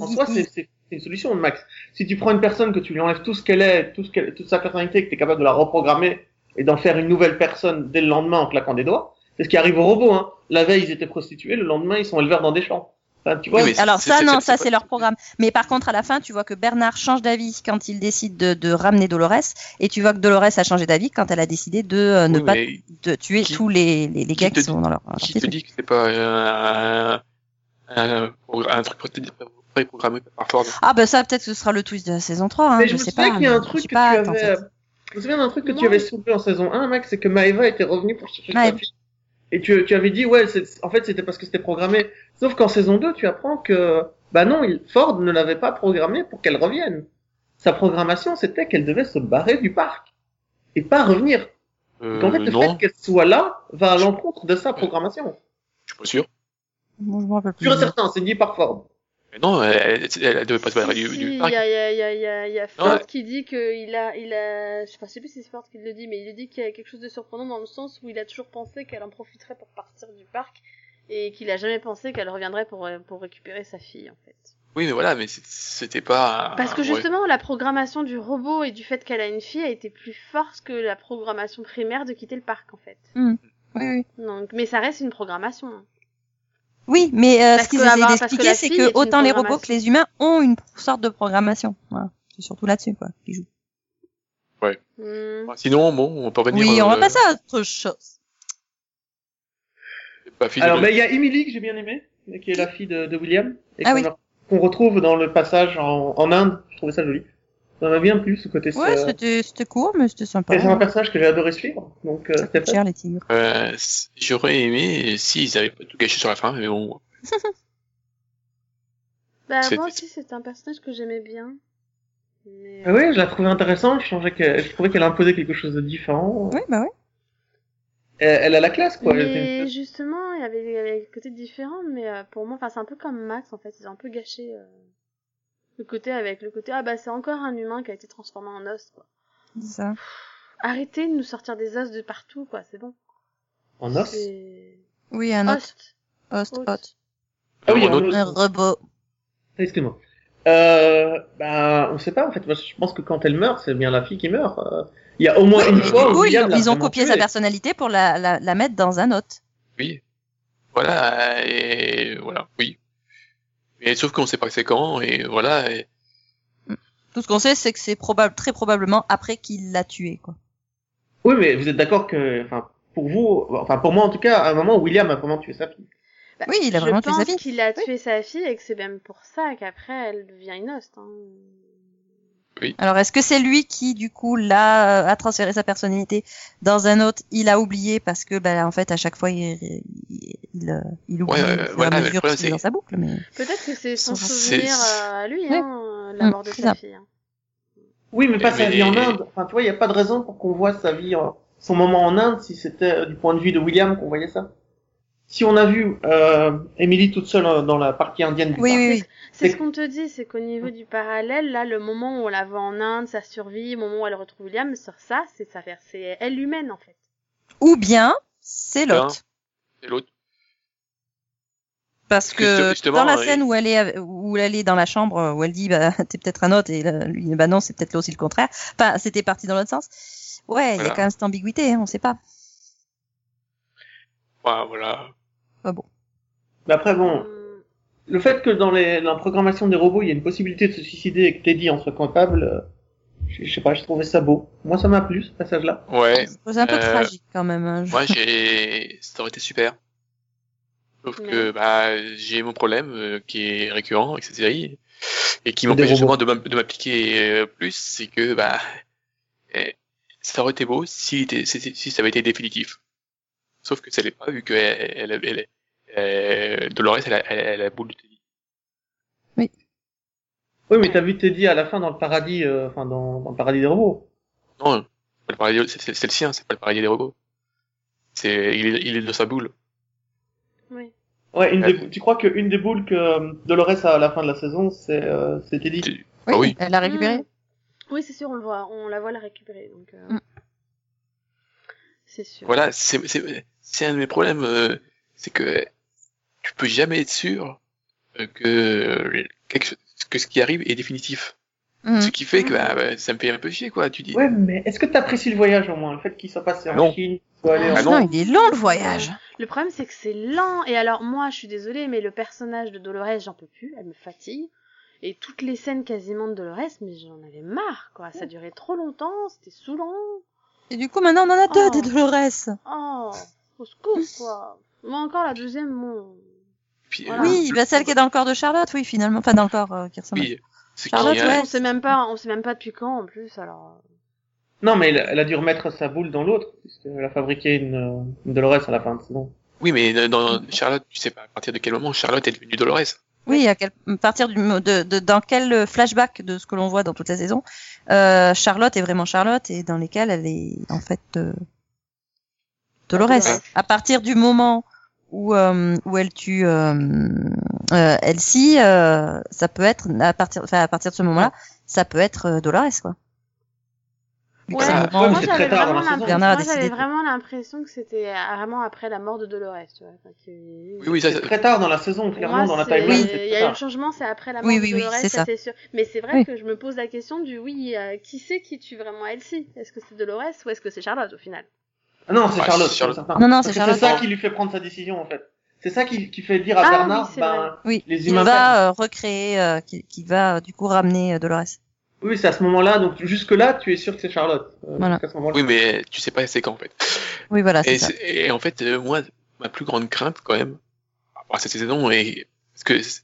A: En
C: Ils-
A: soi,
C: ils-
A: c'est c'est- c'est une solution, Max. Si tu prends une personne que tu lui enlèves tout ce qu'elle est, tout ce qu'elle, toute sa personnalité, que tu es capable de la reprogrammer et d'en faire une nouvelle personne dès le lendemain en claquant des doigts, c'est ce qui arrive aux robots. Hein. La veille, ils étaient prostitués, le lendemain, ils sont éleveurs dans des champs. Enfin, tu vois,
D: Oui, mais c'est-
C: Alors
D: c'est-
C: ça,
D: c'est-
C: non,
D: c'est-
C: ça c'est
D: c'est pas-
C: leur programme. Mais par contre, à la fin, tu vois que Bernard change d'avis quand il décide de, de ramener Dolores, et tu vois que Dolores a changé d'avis quand elle a décidé de euh, ne
D: Oui,
C: pas
D: mais
C: de tuer
D: qui-
C: tous les, les, les
D: qui
C: gars
D: te
C: qui sont dans leur. dans leur
D: Qui te
C: détruit.
D: dit que c'est pas euh, un, un, un truc pré- préprogrammé par Ford
C: Ah bah ça, peut-être que ce sera le twist de la saison 3. Hein,
A: Mais
C: je,
A: je me
C: sais
A: souviens
C: pas.
A: qu'il y a
C: mais
A: un
C: je
A: truc
C: suis
A: que tu
C: pas attente,
A: avais.
C: en
A: euh,
C: fait.
A: Je me souviens d'un truc que tu
B: Non,
A: avais
B: mais-
A: soulevé en saison 1, Max, c'est que Maeva était revenue pour chercher
C: Ouais.
A: sa fille. Et tu, tu avais dit, ouais, c'est- en fait, c'était parce que c'était programmé. Sauf qu'en saison 2, tu apprends que, bah non, il- Ford ne l'avait pas programmé pour qu'elle revienne. Sa programmation, c'était qu'elle devait se barrer du parc. Et pas revenir.
D: euh,
A: Donc en fait, le
D: Non, Euh,
A: fait qu'elle soit là va à l'encontre de sa programmation.
D: je suis pas sûr.
C: Bon, je m'en rappelle plus.
A: Sûr et certain, c'est dit par Ford.
D: Mais non, elle, elle, elle devait pas se barrer
B: Si,
D: du,
B: si, euh,
D: du
B: Il
D: parc.
B: y a, il y a, il y a, il y a, il y a Ford
D: Ouais.
B: qui dit qu'il a, il a, je sais pas, je sais plus si c'est Ford qui le dit, mais il lui dit qu'il y a quelque chose de surprenant dans le sens où il a toujours pensé qu'elle en profiterait pour partir du parc et qu'il a jamais pensé qu'elle reviendrait pour, euh, pour récupérer sa fille, en fait.
D: Oui, mais voilà, mais c'est- c'était pas.
B: Parce que
D: Ah, ouais.
B: justement, la programmation du robot et du fait qu'elle a une fille a été plus forte que la programmation primaire de quitter le parc, en fait.
C: Oui, oui.
B: Donc, mais ça reste une programmation. hein.
C: Oui, mais euh,
B: Parce
C: ce qu'ils
B: que
C: essaient
B: avoir- parce que
C: d'expliquer,
B: la
C: c'est
B: fille est
C: que
B: une
C: autant les robots que
B: programmation.
C: les humains ont une sorte de programmation. Voilà. C'est surtout là-dessus quoi. qu'ils jouent.
B: Hmm.
D: Ah, Sinon, bon, on peut revenir.
C: Oui, on va
D: euh,
C: passer à autre chose.
D: Pas fini
A: Alors,
D: de-
A: mais il y a Emily que j'ai bien aimée, qui est la fille de, de William, et
C: Ah
A: qu'on
C: oui.
A: a- qu'on retrouve dans le passage en, en Inde. Je trouvais ça joli. Ça m'a bien plu ce côté.
C: Ouais,
A: ça-
C: c'était c'était court, mais c'était sympa.
A: et c'est un personnage que j'ai adoré suivre. Donc, euh,
C: Ça
A: c'était
C: coûte
A: pas-
C: cher les tigres.
D: Euh, c- J'aurais aimé s'ils avaient pas tout gâché sur la fin, mais bon.
B: Bah,
D: C'est-
B: moi aussi, c'est un personnage que j'aimais bien. Mais...
A: Ah Oui, je la trouvais intéressante. Je, changeais qu'elle- je trouvais qu'elle imposait quelque chose de différent.
C: Oui, bah oui.
A: Elle, elle a la classe, quoi. Elle était
B: mais
A: une-
B: justement, il y avait, il y avait des côtés différents, mais euh, pour moi, enfin, c'est un peu comme Max, en fait, ils ont un peu gâché euh, le côté avec le côté, ah bah, c'est encore un humain qui a été transformé en os, quoi.
C: c'est Ça.
B: Arrêtez de nous sortir des os de partout, quoi, c'est bon.
A: En os.
B: C'est-
C: Oui, un autre
B: Host.
C: host,
B: Host.
C: hot.
A: Ah oui,
D: Un
A: en
D: autre-
A: os. Ah,
C: un robot.
A: Excuse-moi. Euh, bah, on sait pas, en fait. Moi, je pense que quand elle meurt, c'est bien la fille qui meurt. Euh, Il y a au moins une
D: Oui,
A: fois où
C: Du coup, ils,
A: William l'a
C: ils ont
A: vraiment
C: copié
A: tuée.
C: sa personnalité pour la, la, la mettre dans un autre.
D: Oui. Voilà, et voilà, oui. Mais sauf qu'on sait pas que c'est quand, et voilà. Et...
C: Tout ce qu'on sait, c'est que c'est probable, très probablement après qu'il l'a tué, quoi.
A: Oui, mais vous êtes d'accord que, enfin, pour vous, enfin, pour moi en tout cas, à un moment, William a vraiment tué sa fille.
B: Bah,
C: Oui, il a vraiment
B: je
C: tué sa
B: pense
C: fille.
B: qu'il a
C: Oui.
B: tué sa fille et que c'est même pour ça qu'après elle devient une host. hein.
C: Alors, est-ce que c'est lui qui, du coup, l'a, euh, a transféré sa personnalité dans un autre Il a oublié parce que, ben, en fait, à chaque fois, il, il, il, euh, il oublie
D: Ouais, euh,
C: au fur et à
D: voilà, le
C: mesure
D: problème,
C: qu'il est
D: c'est-
C: dans sa boucle. Mais...
B: Peut-être que c'est son
C: Son-
B: souvenir
D: c'est-
B: euh, à lui,
C: Oui. Mm.
B: hein, la mort de
C: c'est
B: sa
C: ça.
B: fille. hein.
A: Oui, mais pas sa
D: Mais-
A: vie en Inde. Enfin, tu vois, il n'y a pas de raison pour qu'on voit sa vie, en- son moment en Inde, si c'était euh, du point de vue de William qu'on voyait ça. Si on a vu euh, Emily toute seule euh, dans la partie indienne du
C: Oui,
A: parc,
C: oui, oui.
B: C'est
A: C'est-
B: ce qu'on te dit, c'est qu'au niveau du parallèle, là, le moment où on la voit en Inde, sa survie, le moment où elle retrouve William, sur ça, c'est sa vers- c'est elle humaine en fait.
C: Ou bien, c'est
D: Bien.
C: l'autre.
D: Et l'autre.
C: Parce que
D: Juste-
C: dans la
D: justement,
C: scène où elle est avec- où elle est dans la chambre où elle dit bah t'es peut-être un autre et là, lui bah non c'est peut-être là aussi le contraire. Enfin c'était parti dans l'autre sens. Ouais il y
D: Voilà.
C: a quand même cette ambiguïté hein, on sait pas.
D: Ouais, bah, voilà.
A: Mais après, bon,
B: Hum,
A: le fait que dans, les, dans la programmation des robots, il y a une possibilité de se suicider et que Teddy en soit capable, euh, je je sais pas, je trouvais ça beau. Moi, ça m'a plu, ce passage-là.
D: Ouais,
C: C'est un peu
D: Euh,
C: tragique quand même. hein. Je-
D: moi j'ai, ça aurait été super. Sauf que bah j'ai mon problème euh, qui est récurrent avec cette série et qui m'empêche
A: robots.
D: justement de m'app- de m'appliquer euh, plus, c'est que bah eh, ça aurait été beau si, était- si, si ça avait été définitif. Sauf que ça l'est pas vu que elle, elle, elle- euh, Dolores elle a, elle, a- elle a la boule de Teddy.
A: Oui, mais t'as vu Teddy à la fin dans le paradis, euh, enfin, dans, dans le paradis des robots.
D: Non, c'est pas le paradis- c'est c'est- c'est le sien, c'est pas le paradis des robots. C'est il est, il est dans sa boule.
B: oui.
A: Ouais, une
D: Ouais.
A: des- tu crois qu'une des boules que euh, Dolores a à la fin de la saison, c'est euh, c'est Teddy
D: Tu- Ah oui.
C: Elle l'a récupéré.
B: Hum. Oui, c'est sûr, on le voit, on la voit la récupérer, donc. euh,
C: Hum.
B: C'est sûr.
D: Voilà, c'est c'est c'est un de mes problèmes, euh, c'est que tu peux jamais être sûr euh, que quelque chose- que ce qui arrive est définitif.
C: Mhm.
D: Ce qui fait que
B: Mhm.
D: bah, bah, ça me fait un peu chier quoi. Tu dis
A: Ouais, mais est-ce que t'apprécies le voyage au moins Le fait qu'il soit passé en
D: Non.
A: Chine, qu'il soit allé en...
D: Ah
C: Ah
D: non.
C: non, il est long le voyage.
B: Le problème, c'est que c'est lent. Et alors, moi, je suis désolée, mais le personnage de Dolores, j'en peux plus, elle me fatigue. Et toutes les scènes quasiment de Dolores, mais j'en avais marre, quoi. Ça durait trop longtemps, c'était saoulant.
C: Et du coup maintenant on en a deux
B: Oh.
C: des Dolores.
B: Oh, au secours, quoi. Moi, encore la deuxième, mon.
D: puis,
B: Voilà.
C: Oui
D: le-
C: bah, celle qui est dans le corps de Charlotte oui finalement enfin dans le corps euh, qui ressemble. à-
D: oui, ce qui
C: Charlotte,
D: est-
C: ouais.
B: On sait même pas, on sait même pas depuis quand, en plus, alors.
A: Non, mais elle, elle a dû remettre sa boule dans l'autre, puisqu'elle a fabriqué une, euh, une Dolores à la fin de saison.
D: oui, mais dans- dans Charlotte, tu sais pas à partir de quel moment Charlotte est devenue Dolores.
C: Oui, à quel, à partir du, de, de- dans quel euh, flashback de ce que l'on voit dans toute la saison, euh, Charlotte est vraiment Charlotte et dans lesquels elle est en fait euh, Dolores.
B: Dolores.
C: À partir du moment où, euh, où elle tue euh, euh, Elsie, euh, ça peut être à partir, enfin à partir de ce moment-là, ça peut être euh, Dolores quoi. Vu que
B: Ouais, bah,
C: c'est le
A: Ah,
C: moment
A: ouais,
C: où-
B: moi,
A: c'est
B: j'avais
A: très tard dans
B: vraiment
A: la saison.
B: l'impression-
C: Bernard a
B: moi, j'avais
C: décidé de-
B: vraiment l'impression que c'était euh, vraiment après la mort de Dolores, tu vois. Enfin, que-
D: Oui, oui, ça,
A: C'est très tard dans la saison,
B: Pour
A: clairement,
B: moi,
A: dans la
B: c'est-
A: timeline, c'est
B: Il
A: très
B: y a eu
A: tard.
B: le changement, c'est après la mort
C: Oui,
B: de
C: oui, oui,
B: Dolores,
C: c'est
B: ça
C: ça.
B: c'est sûr. Mais c'est vrai
C: Oui.
B: que je me pose la question du oui, euh, qui c'est qui tue vraiment Elsie Est-ce que c'est Dolores ou est-ce que c'est Charlotte au final
A: Ah non, c'est
D: Ouais,
A: Charlotte,
D: c'est
A: c'est
D: Charlotte.
A: certain.
C: Non, non,
A: Parce
C: c'est
A: que
C: Charlotte.
A: ça qui lui fait prendre sa décision, en fait. C'est ça qui, qui fait dire à
B: Ah,
A: Bernard,
B: oui, c'est
A: ben,
C: oui,
A: les
C: il
A: humains
C: va euh, recréer, euh, qui, qui va euh, du coup ramener euh, Dolores.
A: oui, c'est à ce moment-là, donc jusque-là, tu es sûr que c'est Charlotte. Euh,
C: Voilà.
A: jusqu'à ce moment-là.
D: oui, mais tu sais pas c'est quand en fait.
C: Oui, voilà,
D: Et,
C: c'est ça.
D: c'est- et en fait, euh, moi, ma plus grande crainte, quand même, par rapport à cette saison, et parce que c-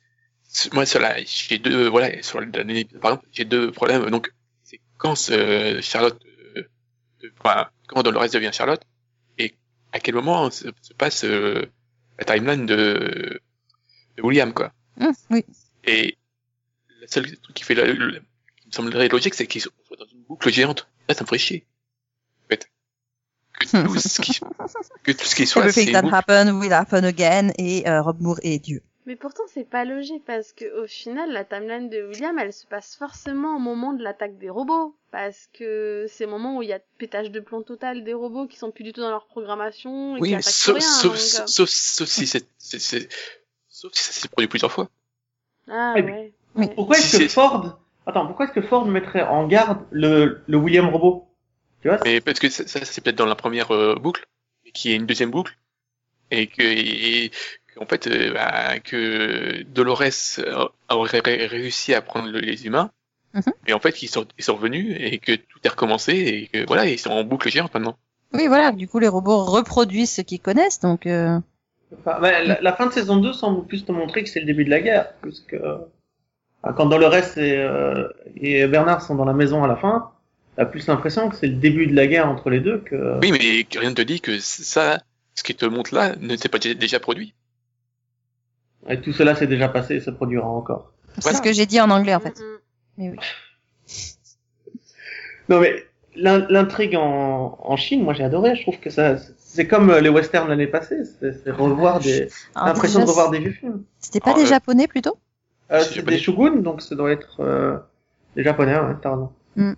D: c- moi, sur la, j'ai deux, euh, voilà, sur le dernier épisode, par exemple, j'ai deux problèmes. Donc, c'est quand ce- Charlotte, euh, de- enfin, quand Dolores devient Charlotte, et à quel moment se, se passe euh, la timeline de, de William, quoi.
C: Hum, oui.
D: Et le seul truc qui fait, la- le- qui me semblerait logique, c'est qu'ils soient dans une boucle géante. Là, ça me ferait chier. En fait. Que tout ce qui, que tout ce qui soit, c'est
C: Everything that
D: une boucle.
C: happened will Euh, happen again et euh, Rob Moore est Dieu.
B: Mais pourtant, c'est pas logique parce que au final, la timeline de William, elle se passe forcément au moment de l'attaque des robots, parce que c'est le moment où il y a pétage de plomb total des robots qui sont plus du tout dans leur programmation et
D: Oui,
B: qui
D: mais
B: attaquent
D: sauf,
B: pour rien.
D: sauf,
B: donc, euh,
D: sauf, sauf si c'est, c'est, c'est- sauf si ça s'est produit plusieurs fois.
B: Ah
A: Eh
B: ouais.
A: oui.
B: ouais.
A: Pourquoi est-ce
D: Si
A: que
D: c'est-
A: Ford, attends, pourquoi est-ce que Ford mettrait en garde le, le William Robot? Tu vois? c'est-
D: Mais parce que ça, ça, c'est peut-être dans la première euh, boucle, mais qui est une deuxième boucle, et que, et, en fait, euh, bah, que Dolores euh, aurait ré- réussi à prendre le- les humains,
C: Mhm.
D: et en fait, ils sont, ils sont revenus, et que tout est recommencé, et que voilà, ils sont en boucle géante maintenant.
C: Oui, voilà, du coup, les robots reproduisent ce qu'ils connaissent, donc... Euh...
A: Enfin, ouais, bah, la, la fin de saison 2 semble plus te montrer que c'est le début de la guerre, puisque enfin, quand Dolores et, euh, et Bernard sont dans la maison à la fin, t'as plus l'impression que c'est le début de la guerre entre les deux que...
D: Oui, mais que rien ne te dit que ça, ce qui te montre là, ne s'est pas déjà- déjà produit.
A: Et tout cela s'est déjà passé et se produira encore.
C: C'est
D: Voilà.
C: ce que j'ai dit en anglais, en fait.
B: Mm, mm.
C: Mais oui.
A: Non mais l'in- l'intrigue en, en Chine, moi j'ai adoré, je trouve que ça c'est comme euh, les westerns l'année passée, c'est c'est revoir des...
D: Ah,
C: Alors,
A: l'impression de
C: Ah, déjà,
A: revoir des vieux films.
C: C'était pas
D: Alors,
C: des
D: euh,
C: japonais, plutôt
A: Euh,
D: C'est
A: c'est
D: japonais.
A: des shoguns, donc ça doit être euh, des japonais, ouais, t'as raison.
C: Ouais,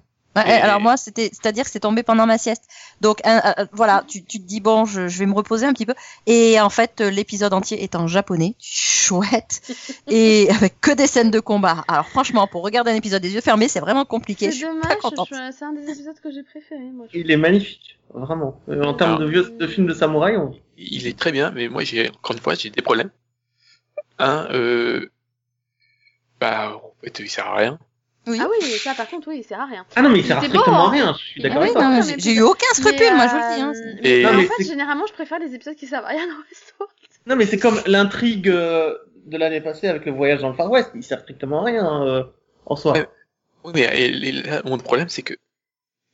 D: Et-
C: Alors moi, c'était, c'est-à-dire que c'est tombé pendant ma sieste. Donc un- un- voilà, tu, tu te dis bon, je, je vais me reposer un petit peu. Et en fait, euh, l'épisode entier est en japonais, chouette, et avec que des scènes de combat. Alors franchement, pour regarder un épisode des yeux fermés, c'est vraiment compliqué. Je
B: C'est
C: suis
B: dommage,
C: très
B: je-
C: contente.
B: je- c'est un des épisodes que j'ai préféré, moi. je
A: Il est magnifique, vraiment. Euh, en termes de vieux de films de samouraï, on...
D: il est très bien, mais moi, j'ai encore une fois, j'ai des problèmes. Un, euh, bah, en fait, il sert à rien.
C: Oui.
B: Ah oui, mais ça par contre, oui, hein. il sert à rien.
A: ah non mais il sert à
B: C'est beau,
A: strictement
B: hein.
A: rien. Je suis
C: Ah
A: d'accord
C: oui,
A: avec
C: non,
A: toi.
C: mais
B: Mais
C: j'ai j'ai eu aucun scrupule,
B: Mais,
C: moi, je vous le dis. hein.
B: euh,
D: Et-
B: mais
D: Non,
B: en
A: mais
B: fait,
A: c'est-
B: généralement, je préfère les épisodes qui servent à rien dans l'histoire.
A: Non mais c'est comme l'intrigue euh, de l'année passée avec le voyage dans le Far West. Il sert strictement à rien euh, en soi.
D: Ouais. Oui, mais et- et là, mon problème, c'est que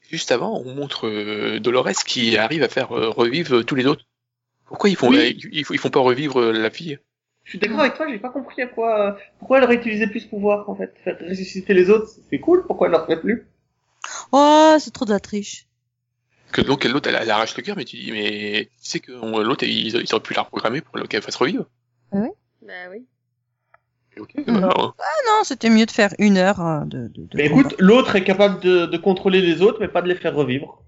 D: juste avant, on montre euh, Dolores qui arrive à faire euh, revivre tous les autres. Pourquoi ils font,
A: Oui.
D: euh, ils, ils font pas revivre euh, la fille
A: Je suis d'accord avec toi. J'ai pas compris à quoi. euh, pourquoi elle réutilisait plus ce pouvoir en fait. Faire ressusciter les autres, c'est cool. Pourquoi elle leur fait plus
C: Oh, c'est trop de la triche.
D: Que donc l'autre, elle, elle arrache le cœur, mais tu dis, mais tu sais que on- l'autre, ils, ils auraient pu la reprogrammer pour qu'elle fasse revivre.
B: Bah oui.
D: Et ok,
A: Mm-hmm.
C: Mhm.
D: bah, hein.
C: Ah non, c'était mieux de faire une heure euh, de. de, de
A: Mais
C: combat.
A: écoute, l'autre est capable de, de contrôler les autres, mais pas de les faire revivre.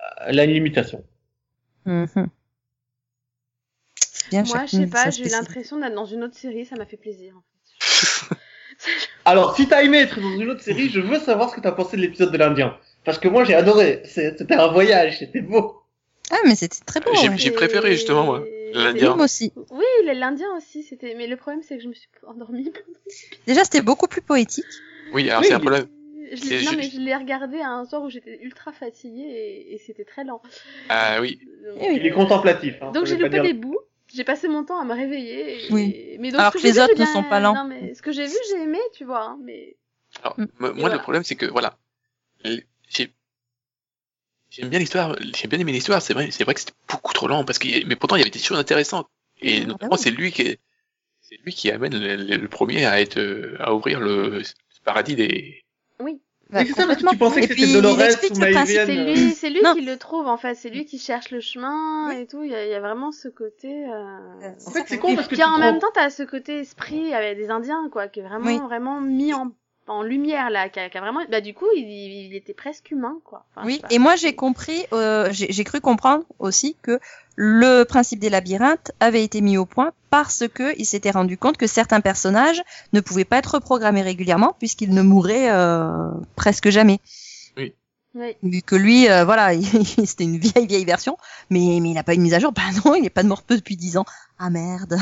A: Euh, Elle a une limitation.
C: Mhm. Bien, Mm,
B: Moi, je
C: chacune
B: sais pas, j'ai
C: sa
B: eu
C: spécialité.
B: l'impression d'être dans une autre série, ça m'a fait plaisir.
A: Alors, si t'as aimé être dans une autre série, je veux savoir ce que t'as pensé de l'épisode de l'Indien. Parce que moi, j'ai adoré. C'est- C'était un voyage, c'était beau.
C: Ah, mais c'était très beau.
D: J'ai-
C: ouais.
D: j'ai préféré, justement, moi, l'Indien.
C: Oui, moi aussi.
B: Oui, les- l'Indien aussi, c'était. Mais le problème, c'est que je me suis endormie.
C: Déjà, c'était beaucoup plus poétique.
D: Oui, alors
A: Oui,
D: c'est un
A: mais-
D: problème.
B: Je
D: C'est
B: l'ai- non,
D: ju-
B: mais je l'ai regardé à un soir où j'étais ultra fatiguée et, et c'était très lent.
D: Ah oui,
B: Donc,
C: Eh oui.
A: Il est contemplatif. Hein,
B: Donc
A: ça
B: j'ai
A: veut pas
B: loupé des
A: dire-
B: bouts. J'ai passé mon temps à me réveiller. et-
C: Oui.
B: Mais donc,
C: Alors
B: ce
C: que
B: j'ai
C: les
B: vu,
C: autres
B: j'ai
C: ne sont pas lents.
B: Non, mais ce que j'ai vu, j'ai aimé, tu vois. hein, mais
D: Alors,
C: Mm.
D: m- moi,
B: voilà.
D: le problème, c'est que, voilà, l- j'ai- j'aime bien l'histoire, j'ai bien aimé l'histoire, c'est vrai, c'est vrai que c'était beaucoup trop lent, parce qu'il y a- mais pourtant, il y avait des choses intéressantes. Et
C: Ah
D: notamment,
C: bah oui.
D: c'est lui qui, est- c'est lui qui amène le, le- le premier à être, euh, à ouvrir le, ce paradis des,
C: Bah,
A: Oui, c'est ça, parce que
C: complètement.
A: tu pensais
C: Et
A: que
C: puis,
A: c'était Dolores
C: il explique
A: ou
C: le principe.
A: Maïvienne.
B: c'est
A: euh,
B: lui, c'est lui
C: Non.
B: qui le trouve en fait. C'est lui qui cherche le chemin et tout. Il y a, il y a vraiment ce côté. euh,
A: En fait, c'est con
B: Et
A: parce que tu
B: puis en
A: prends-
B: même temps, t'as ce côté esprit avec des Indiens, quoi, qui est vraiment,
C: Oui.
B: vraiment mis en, en lumière, là, qui a, qui a vraiment, bah, du coup, il, il était presque humain, quoi. Enfin, je
C: Oui,
B: sais pas.
C: et moi j'ai compris, euh, j'ai j'ai cru comprendre aussi que le principe des labyrinthes avait été mis au point parce que il s'était rendu compte que certains personnages ne pouvaient pas être reprogrammés régulièrement puisqu'ils ne mouraient euh, presque jamais.
B: Oui.
C: Vu que lui, euh, voilà, il- c'était une vieille vieille version, mais, mais il n'a pas eu de mise à jour. Bah non, il n'est pas de mort peu depuis 10 ans. Ah merde.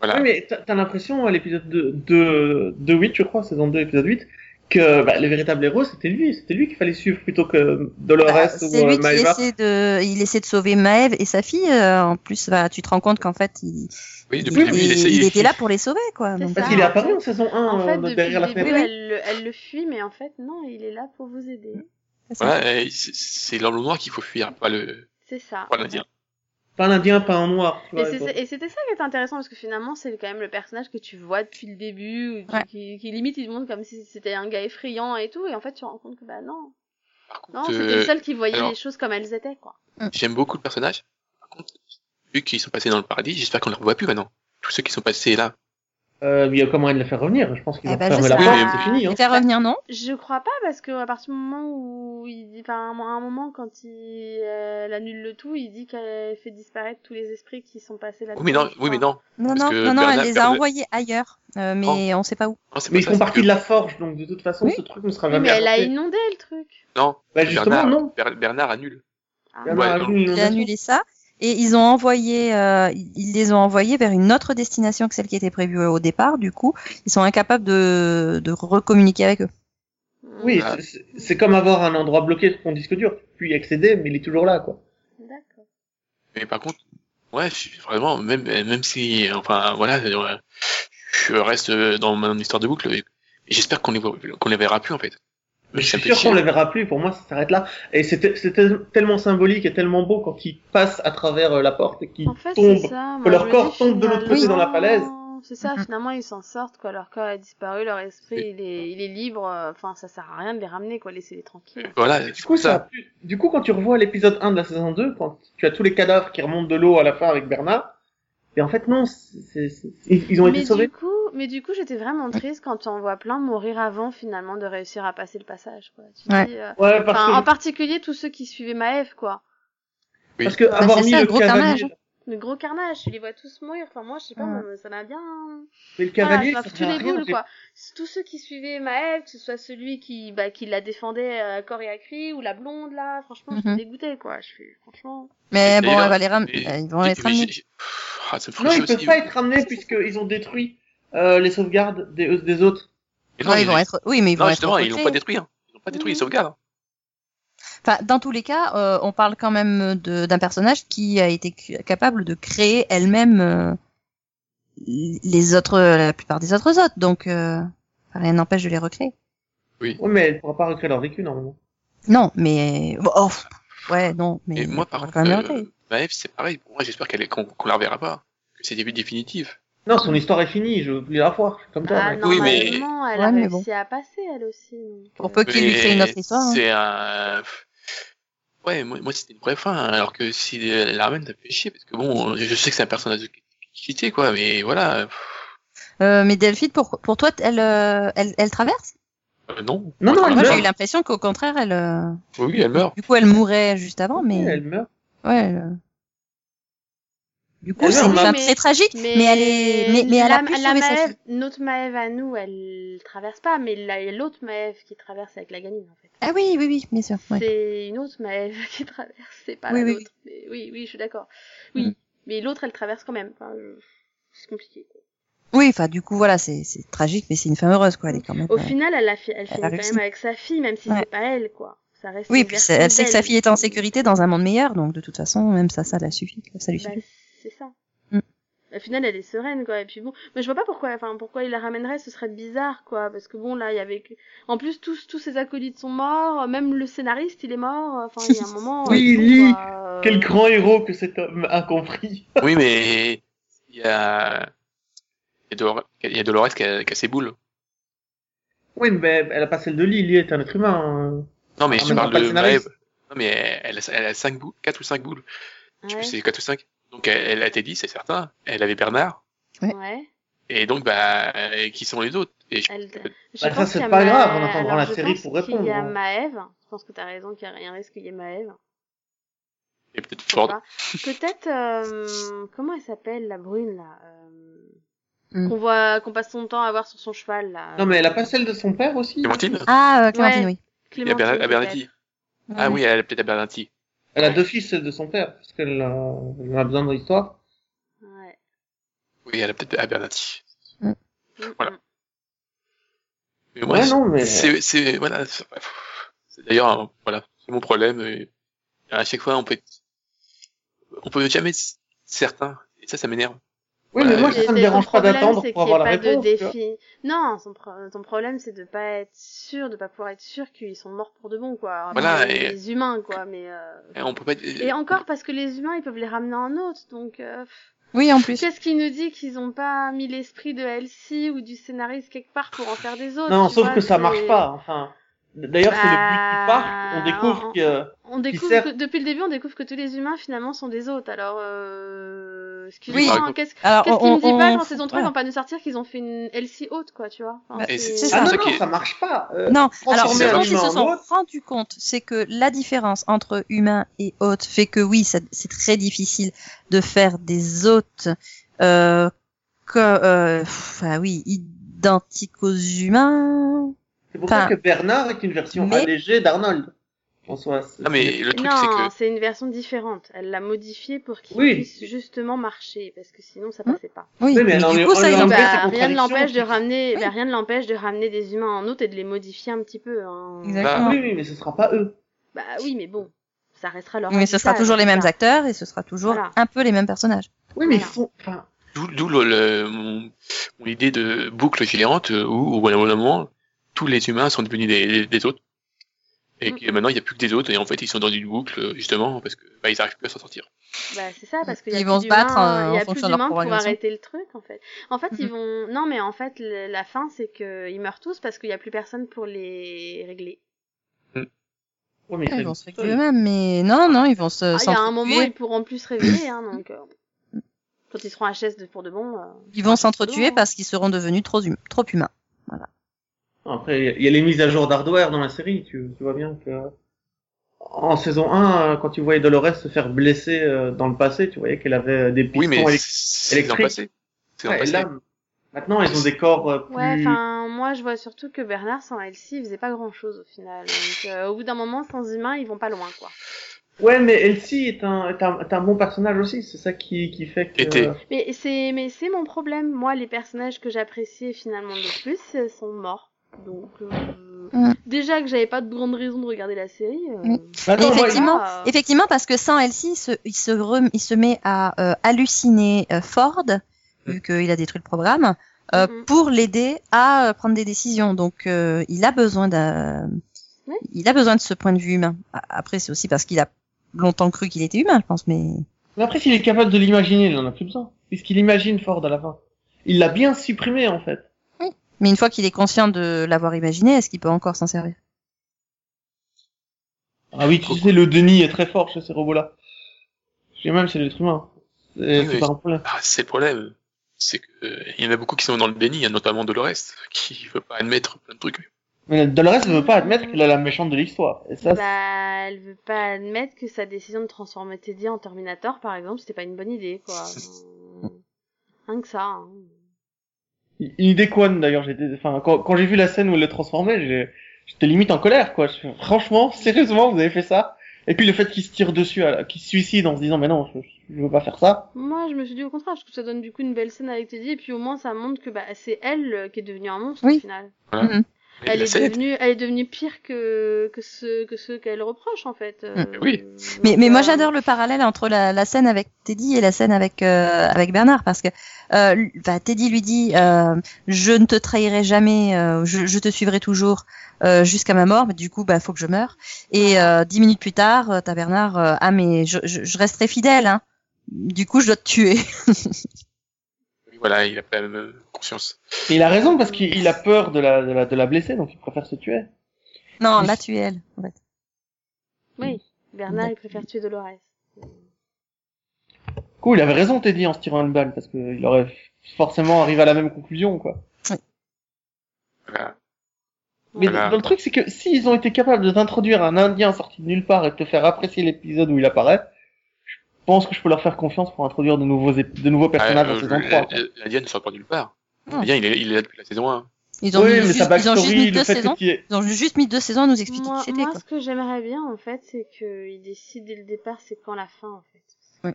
D: voilà.
A: Oui, mais t'as t'as l'impression, à l'épisode de, de, de 8, je crois, saison 2, épisode 8, que bah, le véritable héros, c'était lui. C'était lui qu'il fallait suivre plutôt que Dolores
C: Bah,
A: ou
C: c'est
A: euh,
C: lui qui
A: Maïva.
C: essaie de, il essaie de sauver Maëve et sa fille. euh, en plus, bah, tu te rends compte qu'en fait, il,
D: Oui, depuis
C: il,
D: le début, il
C: il
D: essayait.
C: était là pour les sauver, quoi.
B: C'est
C: Donc,
B: ça.
A: Parce qu'il est apparu en saison 1
B: En fait,
A: euh,
B: depuis
A: derrière la
B: le début,
A: fenêtre.
B: elle, le- elle le fuit, mais en fait, non, il est là pour vous aider.
C: c'est ça.
D: Voilà, et c'est- c'est l'homme noir qu'il faut fuir, pas le,
B: C'est ça.
D: pas l'Indien.
A: Pas un indien, pas un noir. tu
B: Et
A: vois,
B: c'est
A: donc-
B: ça- et c'était ça qui était intéressant parce que finalement c'est quand même le personnage que tu vois depuis le début, ou tu-
C: Ouais.
B: qui, qui limite il te montre comme si c'était un gars effrayant et tout, et en fait tu te rends compte que bah non,
D: Par contre,
B: non c'était
D: euh,
B: le seul qui voyait
D: alors-
B: les choses comme elles étaient quoi.
D: j'aime beaucoup le personnage. Par contre, vu qu'ils sont passés dans le paradis, j'espère qu'on ne les revoit plus maintenant. Tous ceux qui sont passés là.
A: Euh, il y a comment elle le faire revenir Je pense qu'ils
C: Eh
A: ont
C: ben, je
A: fermé la
D: sais
A: porte,
D: pas.
A: c'est fini. Hein.
C: Et faire revenir, non
B: Je crois pas parce que à partir du moment où il dit, enfin à un moment quand il euh, elle annule le tout, il dit qu'elle fait disparaître tous les esprits qui sont passés là.
D: Oui, mais non, oui, mais non.
C: Non,
D: Parce
C: non,
D: que
C: non, non, elle
D: Bernard-
C: les a
D: Bernard- Oh.
C: envoyés ailleurs, euh, mais on sait pas où.
D: Non, c'est
A: Mais
D: pas
A: ils
D: ça,
A: font
D: c'est
A: partie
D: que-
A: de la forge, donc de toute façon,
C: Oui.
A: ce truc ne sera
B: Oui,
A: jamais
B: mais elle a
A: apporté.
B: inondé le truc.
D: Non.
A: Bah justement,
D: Bernard,
A: non.
D: Ber- Bernard annule.
B: Ah.
A: Il y en a
D: Ouais,
A: un- une
C: Il a
A: inondation.
C: annulé ça et ils ont envoyé, euh, ils les ont envoyés vers une autre destination que celle qui était prévue euh, au départ. Du coup, ils sont incapables de, de recommuniquer avec eux.
A: Oui,
D: Ah.
A: c'est- c'est- c'est comme avoir un endroit bloqué sur ton disque dur. Tu peux y accéder, mais il est toujours là, quoi.
B: D'accord.
D: Mais par contre, ouais, je suis vraiment, même, même si, enfin, voilà, euh, je reste euh, dans mon histoire de boucle. et J'espère qu'on les, voit- qu'on les verra plus, en fait.
A: Mais je suis
D: Ça me fait
A: sûr
D: chier.
A: qu'on les verra plus. Pour moi, ça s'arrête là. Et c'était c'était tellement symbolique et tellement beau quand ils passent à travers euh, la porte et qu'ils
B: En fait, c'est
A: tombent.
B: ça.
A: que leur corps tombe de l'autre côté dans la falaise.
B: C'est ça,
C: Mhm.
B: finalement ils s'en sortent quoi. Leur corps a disparu, leur esprit il est, il est libre. euh, Enfin, ça sert à rien de les ramener quoi, laissez-les tranquilles.
D: Voilà,
A: Du
D: c'est
A: coup,
D: pour
A: ça a plus- du coup, quand tu revois l'épisode 1 de la saison 2, quand tu as tous les cadavres qui remontent de l'eau à la fin avec Bernard, et en fait, non, c'est- c'est- c'est- ils ils ont
B: mais
A: été sauvés.
B: Du coup, mais du coup, j'étais vraiment triste quand on voit plein mourir avant finalement de réussir à passer le passage. Quoi. Tu
C: Ouais.
B: dis, euh,
E: Ouais, parce
B: enfin,
E: que,
B: en particulier tous ceux qui suivaient Maëv, quoi.
D: Oui.
E: parce que
C: Bah,
E: avoir
C: c'est
E: mis
C: ça,
E: le
C: gros
E: cavalier,
C: carnage.
B: Le gros carnage, tu les vois tous mourir. Enfin, moi, je sais pas,
C: Ouais.
B: moi, ça m'a bien
E: mais le
B: Voilà,
E: Ah. cavalier,
B: Ah, ça m'a
E: ça
B: foutu
E: sert à
B: les
E: rien,
B: boules,
E: j'ai-
B: quoi. C'est Tous ceux qui suivaient Maël, que ce soit celui qui, bah, qui la défendait à corps et à cri, ou la blonde, là, franchement, je
C: Mhm.
B: suis dégoûtée, quoi. Je suis, franchement.
C: Mais
D: Et
C: bon,
D: là-
C: elle va les ram-
D: et-
C: euh, ils vont
D: Et-
C: les
D: mais
C: ramener.
D: j'ai- j'ai- Pff, Ah, ça me
E: Non,
D: frustre
E: ils peuvent
D: aussi.
E: pas être ramenés puisqu'ils ont détruit euh, les sauvegardes des, euh, des autres.
D: Mais non,
C: Non, ils vont
D: les-
C: être. Oui, mais ils
D: non,
C: vont être.
D: justement, ils l'ont pas
C: recrutés.
D: détruit. hein. Ils l'ont pas détruit,
B: Mhm.
D: les sauvegardes. hein.
C: Enfin, dans tous les cas, euh, on parle quand même de- d'un personnage qui a été cu- capable de créer elle-même euh, les autres, la plupart des autres autres. Donc, euh, rien n'empêche de les recréer.
E: Ouais, mais elle pourra pas recréer leur vécu normalement.
C: Non, mais bon, oh, ouais, non, mais
D: Et moi, par
C: on va
D: contre,
C: quand même les
D: euh,
C: recréer.
D: Maëv, c'est pareil. Pour moi, j'espère qu'elle est- qu'on qu'on la reverra pas. Que c'est début définitif.
E: Non, son histoire est finie, je l'ai la fois, je suis comme toi.
B: Ah,
E: ouais.
D: Oui, mais-
B: normalement, elle a
C: Ouais, mais
B: réussi à passer, elle aussi. donc,
C: Pour
B: euh,
C: peu qu'il lui crée une autre
D: Mais
C: histoire. hein.
D: C'est un. Ouais, moi, moi, c'était une vraie fin. hein, Alors que si euh, la ramène, ça me fait chier. Parce que bon, je je sais que c'est un personnage quitté, quoi. Mais voilà. pff,
C: Euh, mais Delphine, pour, pour toi, elle, euh, elle, elle traverse
D: euh, non.
E: Non, non, elle
C: Moi, j'ai eu
E: meurt.
C: l'impression qu'au contraire, elle. euh,
D: Oui, elle meurt.
C: Du coup, elle mourait juste avant, mais
E: Elle meurt.
C: ouais. elle- Du coup,
E: Elle
C: c'est
E: meurt, mais-
C: une fin très tragique, mais, elle est, mais, mais elle a
B: la-
C: pu
B: la
C: sauver sa
B: Maëv-
C: fille.
B: Notre Maëv à nous, elle traverse pas, mais la- l'autre Maëv qui traverse avec la gamine, en fait.
C: Ah oui, oui, oui, bien sûr. ouais.
B: C'est une autre Maëv qui traverse, c'est pas
C: Oui,
B: la
C: oui,
B: nôtre. Mais Oui, oui, je suis d'accord. Oui,
C: Mm.
B: mais l'autre, elle traverse quand même. Enfin, je- c'est compliqué.
C: Oui, enfin, du coup, voilà, c'est c'est tragique, mais c'est une fin heureuse, quoi. Elle est quand même.
B: Au
C: euh,
B: final, elle, a fi- elle
C: a
B: finit quand
C: réussi.
B: même avec sa fille, même si
C: Ouais.
B: c'est pas elle, quoi. Ça reste
C: Oui,
B: une
C: puis c'est-
B: version
C: elle sait que sa
B: d'elle.
C: fille est en sécurité dans un monde meilleur, donc de toute façon, même ça, ça la suffit. quoi, Ça lui
B: Bah,
C: suffit.
B: c'est ça.
C: Mm.
B: Au final, elle est sereine, quoi. Et puis bon, mais je vois pas pourquoi, enfin, pourquoi il la ramènerait, ce serait bizarre, quoi. Parce que bon, là, il y avait. que- En plus, tous, tous ses acolytes sont morts, même le scénariste, il est mort. Enfin, il y a un moment.
E: Oui,
B: euh,
E: Lee,
B: quoi, euh,
E: Quel grand héros que cet homme incompris.
D: Oui, mais il y a, il y a Dolores- il y a Dolores qui a, qui a ses boules.
E: Oui, mais elle a pas celle de Lee, Lee est un être humain. hein.
D: Non, mais
E: En
D: je
E: même temps,
D: parle
E: Ah, pas
D: de
E: le scénariste.
D: Maëv. Non, mais elle a, elle a cinq boules, quatre ou cinq boules. Je sais
B: ouais,
D: plus si c'est quatre ou cinq. Donc elle, elle a Teddy, c'est certain. Elle avait Bernard.
B: ouais.
D: Et donc, bah, euh, qui sont les autres? Et je-
B: Elle- je
E: Bah, ça,
B: pense
E: c'est
B: qu'il y a
E: pas
B: Ma-
E: grave, on attendra
B: Alors,
E: la
B: je
E: série
B: pense
E: pour répondre. hein.
B: qu'il y a Maëve. Je pense que t'as raison qu'il y a rien risque qu'il y ait Maëve.
D: et peut-être
B: Je sais
D: Ford.
B: pas. Peut-être euh, comment elle s'appelle la brune là euh,
C: Hmm.
B: qu'on voit qu'on passe son temps à voir sur son cheval là.
E: Non, mais elle a pas celle de son père aussi
D: Clémentine?
C: Ah, euh, Clémentine,
B: Ouais.
C: oui.
D: Il y a
B: Clémentine,
D: Berna- à
B: peut-être.
D: Bernati. Ah oui, elle a peut-être à Bernati.
E: Elle a deux fils celle de son père, parce qu'elle euh, elle en a besoin dans l'histoire.
B: Ouais.
D: Oui, elle a peut-être à Bernati.
B: Mm,
D: Voilà.
B: mm.
D: Mais moi,
E: ouais, non, mais...
D: c'est, c'est, voilà. c'est- c'est D'ailleurs, un- voilà, c'est mon problème. et À chaque fois, on peut, être- on peut jamais être certain. Et ça, ça m'énerve.
E: Oui, mais moi,
D: Ouais.
E: ça, ça me
B: Et
E: dérange
B: son
E: pas
B: problème,
E: d'attendre
B: c'est
E: pour
B: qu'il y ait
E: avoir la
B: pas de
E: réponse. tu vois.
B: défi. Non, son, pro- son problème c'est de pas être sûr, de pas pouvoir être sûr qu'ils sont morts pour de bon quoi. Alors,
D: Voilà,
B: les-
D: et-
B: Les humains quoi, mais. euh,
D: Et on peut pas être-
B: Et encore parce que les humains ils peuvent les ramener en autre donc. euh, pff.
C: Oui, en plus.
B: Qu'est-ce qui nous dit qu'ils ont pas mis l'esprit de Elsie ou du scénariste quelque part pour en faire des autres
E: Non,
B: Oh, tu
E: sauf
B: vois,
E: que ça
B: c'est-
E: marche pas. Enfin, d'ailleurs, c'est le but du
B: Bah,
E: parc. On découvre
B: on-
E: que
A: Ah
B: On découvre
E: sert-
B: que, depuis le début, on découvre que tous les humains finalement sont des autres. Alors, euh...
C: Oui.
B: excusez-moi, hein, qu'est-ce
C: Alors,
B: qu'est-ce qui me dit pas
C: Ah, on-
B: dans saison 3
C: voilà.
B: ils vont pas nous sortir qu'ils ont fait une Elsie haute, quoi, tu vois Enfin,
C: Bah,
D: Et c'est-
B: c'est-
C: c'est
E: ah
C: ça.
E: non
D: ça
E: non,
D: qui est-
E: ça marche pas. Euh,
C: Non, alors
E: transformer
C: je
D: un
C: pense qu'ils
E: humain
C: se
E: en
C: sont
E: autre.
C: rendus compte, c'est que la différence entre humain et hôte fait que oui, ça- c'est très difficile de faire des hôtes euh, que, euh, pff, enfin oui, identiques aux humains.
E: C'est pour
C: Enfin,
E: ça que Bernard est une version
C: mais-
E: allégée d'Arnold. En soi, c'est-
D: Non, mais le truc, c'est
B: Non,
D: que,
B: c'est une version différente. Elle l'a modifiée pour qu'il
E: Oui.
B: puisse justement marcher, parce que sinon ça passait pas.
C: Oui,
E: Oui, mais
C: mais
E: alors,
C: du
E: on-
C: coup ça
E: on
C: ils
E: leur
C: ont
E: met-
C: pas-
E: c'est
B: Bah, rien ne
E: contradiction,
B: l'empêche de
E: tu-
B: ramener,
C: Oui.
B: bah, rien ne l'empêche de ramener des humains en autre et de les modifier un petit peu. hein.
D: Bah,
A: Ah.
C: Exactement.
E: Oui, oui, mais ce sera pas eux.
B: Bah oui, mais bon, ça restera leur.
C: Mais ce sera
B: habitat,
C: toujours les
B: donc,
C: mêmes
B: bah,
C: acteurs et ce sera toujours
B: Voilà.
C: un peu les mêmes personnages.
E: Oui, mais ils
B: Voilà.
E: sont. Enfin,
D: d'où, d'où le, le- mon, mon idée de boucle géante euh, où, où, à un moment, tous les humains sont devenus des, des autres. Et que maintenant, il n'y a plus que des autres. Et en fait, ils sont dans une boucle, euh, justement, parce que, bah, ils arrivent plus à s'en sortir.
B: Bah, c'est ça, parce qu'il y a
C: Ils
B: plus
C: vont se battre,
B: d'humains,
C: euh,
B: il y
C: en
B: a plus
C: fonction de leur
B: d'humains pour
C: programmation.
B: arrêter le truc, en fait. En fait, ils
C: Mhm.
B: vont. Non, mais en fait, le- la fin, c'est que ils meurent tous parce qu'il y a plus personne pour les régler.
E: ouais, mais
C: Ils
E: c'est-
C: vont se réguler eux-mêmes, mais non, non, ils vont se
B: Ah, Il y a un moment,
C: s'entretuer.
B: ils pourront plus se réveiller, hein, donc. euh, quand ils seront HS de, pour de bon. euh,
C: Ils vont s'entretuer
B: Non.
C: parce qu'ils seront devenus trop, hum- trop humains.
A: Après, il y a- il y a les mises à jour d'hardware dans la série. Tu, tu vois bien que euh, en saison 1, euh, quand tu voyais Dolores se faire blesser euh, dans le passé, tu voyais qu'elle avait euh, des pistons
D: Oui, mais
A: élect-
D: c'est dans le
A: électrique.
D: passé. C'est dans le
A: Ouais, et
D: passé.
A: là, maintenant, ils ont des corps euh, plus.
C: Mm.
B: Ouais, enfin, moi je vois surtout que Bernard sans LC, il faisait pas grand chose au final. Donc, euh, au bout d'un moment, sans humain, ils vont pas loin, quoi.
A: Ouais, mais Elsie est un, est un, est un bon personnage aussi, c'est ça qui, qui fait que...
D: Était.
B: Mais c'est, mais c'est mon problème. Moi, les personnages que j'appréciais finalement le plus euh, sont morts. Donc, euh,
C: Mm.
B: déjà que j'avais pas de grande raison de regarder la série. euh,
C: Mm.
A: Bah Mais attends,
C: Mais
A: moi,
C: effectivement,
B: Ah.
C: effectivement, parce que sans Elsie, il se, il se, rem- il se met à euh, halluciner euh, Ford, vu qu'il a détruit le programme, euh,
B: Mhm.
C: pour l'aider à euh, prendre des décisions. Donc, euh, il a besoin d'un,
B: Oui.
C: il a besoin de ce point de vue humain. A- Après, c'est aussi parce qu'il a longtemps cru qu'il était humain, je pense. Mais
A: Mais après, s'il est capable de l'imaginer, il en a plus besoin. Puisqu'il imagine Ford à la fin. Il l'a bien supprimé, en fait.
C: mais une fois qu'il est conscient de l'avoir imaginé, est-ce qu'il peut encore s'en servir
A: Ah oui, tu sais, le Denis est très fort chez ces robots-là. Chez même chez l'être humain. C'est
D: Oui,
A: c'est
D: oui.
A: pas un problème.
D: Ah, c'est le problème. C'est que, euh, il y en a beaucoup qui sont dans le déni, il y a notamment Dolores, qui veut pas admettre plein de trucs.
A: Mais Dolores ne veut pas admettre qu'elle est la méchante de l'histoire. Et ça, c'est-
B: bah, elle veut pas admettre que sa décision de transformer Teddy en Terminator, par exemple, c'était pas une bonne idée, quoi. Euh, Rien que ça. hein.
A: il il déconne d'ailleurs. j'étais- Enfin, quand, quand j'ai vu la scène où elle le transformait, j'ai- j'étais limite en colère, quoi. Je- Franchement, sérieusement, vous avez fait ça Et puis le fait qu'il se tire dessus, à- qu'il se suicide en se disant, mais non, je, je veux pas faire ça.
B: Moi, je me suis dit au contraire, parce que ça donne du coup une belle scène avec Teddy, et puis au moins ça montre que bah, c'est elle euh, qui est devenue un monstre
C: Oui.
B: au final.
D: Mais
B: Elle
D: la
B: est,
D: scène-
B: devenue, elle est devenue pire que, que ceux que ceux qu'elle reproche en fait. euh,
D: Mais Mm, oui.
C: Mais, mais moi
B: donc, euh,
C: j'adore le parallèle entre la, la scène avec Teddy et la scène avec euh, avec Bernard parce que euh, lui- bah, Teddy lui dit euh, je ne te trahirai jamais euh, je, je te suivrai toujours euh, jusqu'à ma mort mais du coup bah faut que je meure et euh, dix minutes plus tard euh, t'as Bernard euh, ah mais je, je, je resterai fidèle hein du coup je dois te tuer
D: Voilà, il a pas la même conscience.
A: Et il a raison parce qu'il il a peur de la, de la, de la blesser, donc il préfère se tuer.
C: non là tu es elle en fait.
B: Oui, Bernard il préfère tuer Dolores.
A: Cool, il avait raison Teddy en se tirant une balle parce qu'il aurait forcément arrivé à la même conclusion quoi.
D: Voilà.
A: Mais
D: Voilà.
A: dans le truc c'est que s'ils ont été capables de t'introduire un Indien sorti de nulle part et de te faire apprécier l'épisode où il apparaît, je pense que je peux leur faire confiance pour introduire de nouveaux ép- de nouveaux personnages
D: Ah,
A: en
D: euh,
A: saison
D: le-
A: 3. quoi.
D: le- L'Indien ne sort pas nulle part.
C: Non.
D: L'Indien, il est, il est là depuis la saison 1.
C: ils ont
A: Oui,
C: mis
A: mais
C: juste,
A: sa
C: ils ont juste mis
A: backstory,
C: deux
A: le fait
C: saisons
A: qu'il est...
C: ils ont juste mis deux saisons à nous expliquer
B: Moi,
C: qui c'était
B: moi
C: quoi
B: ce que j'aimerais bien en fait, c'est qu'il décide dès le départ c'est quand la fin en fait.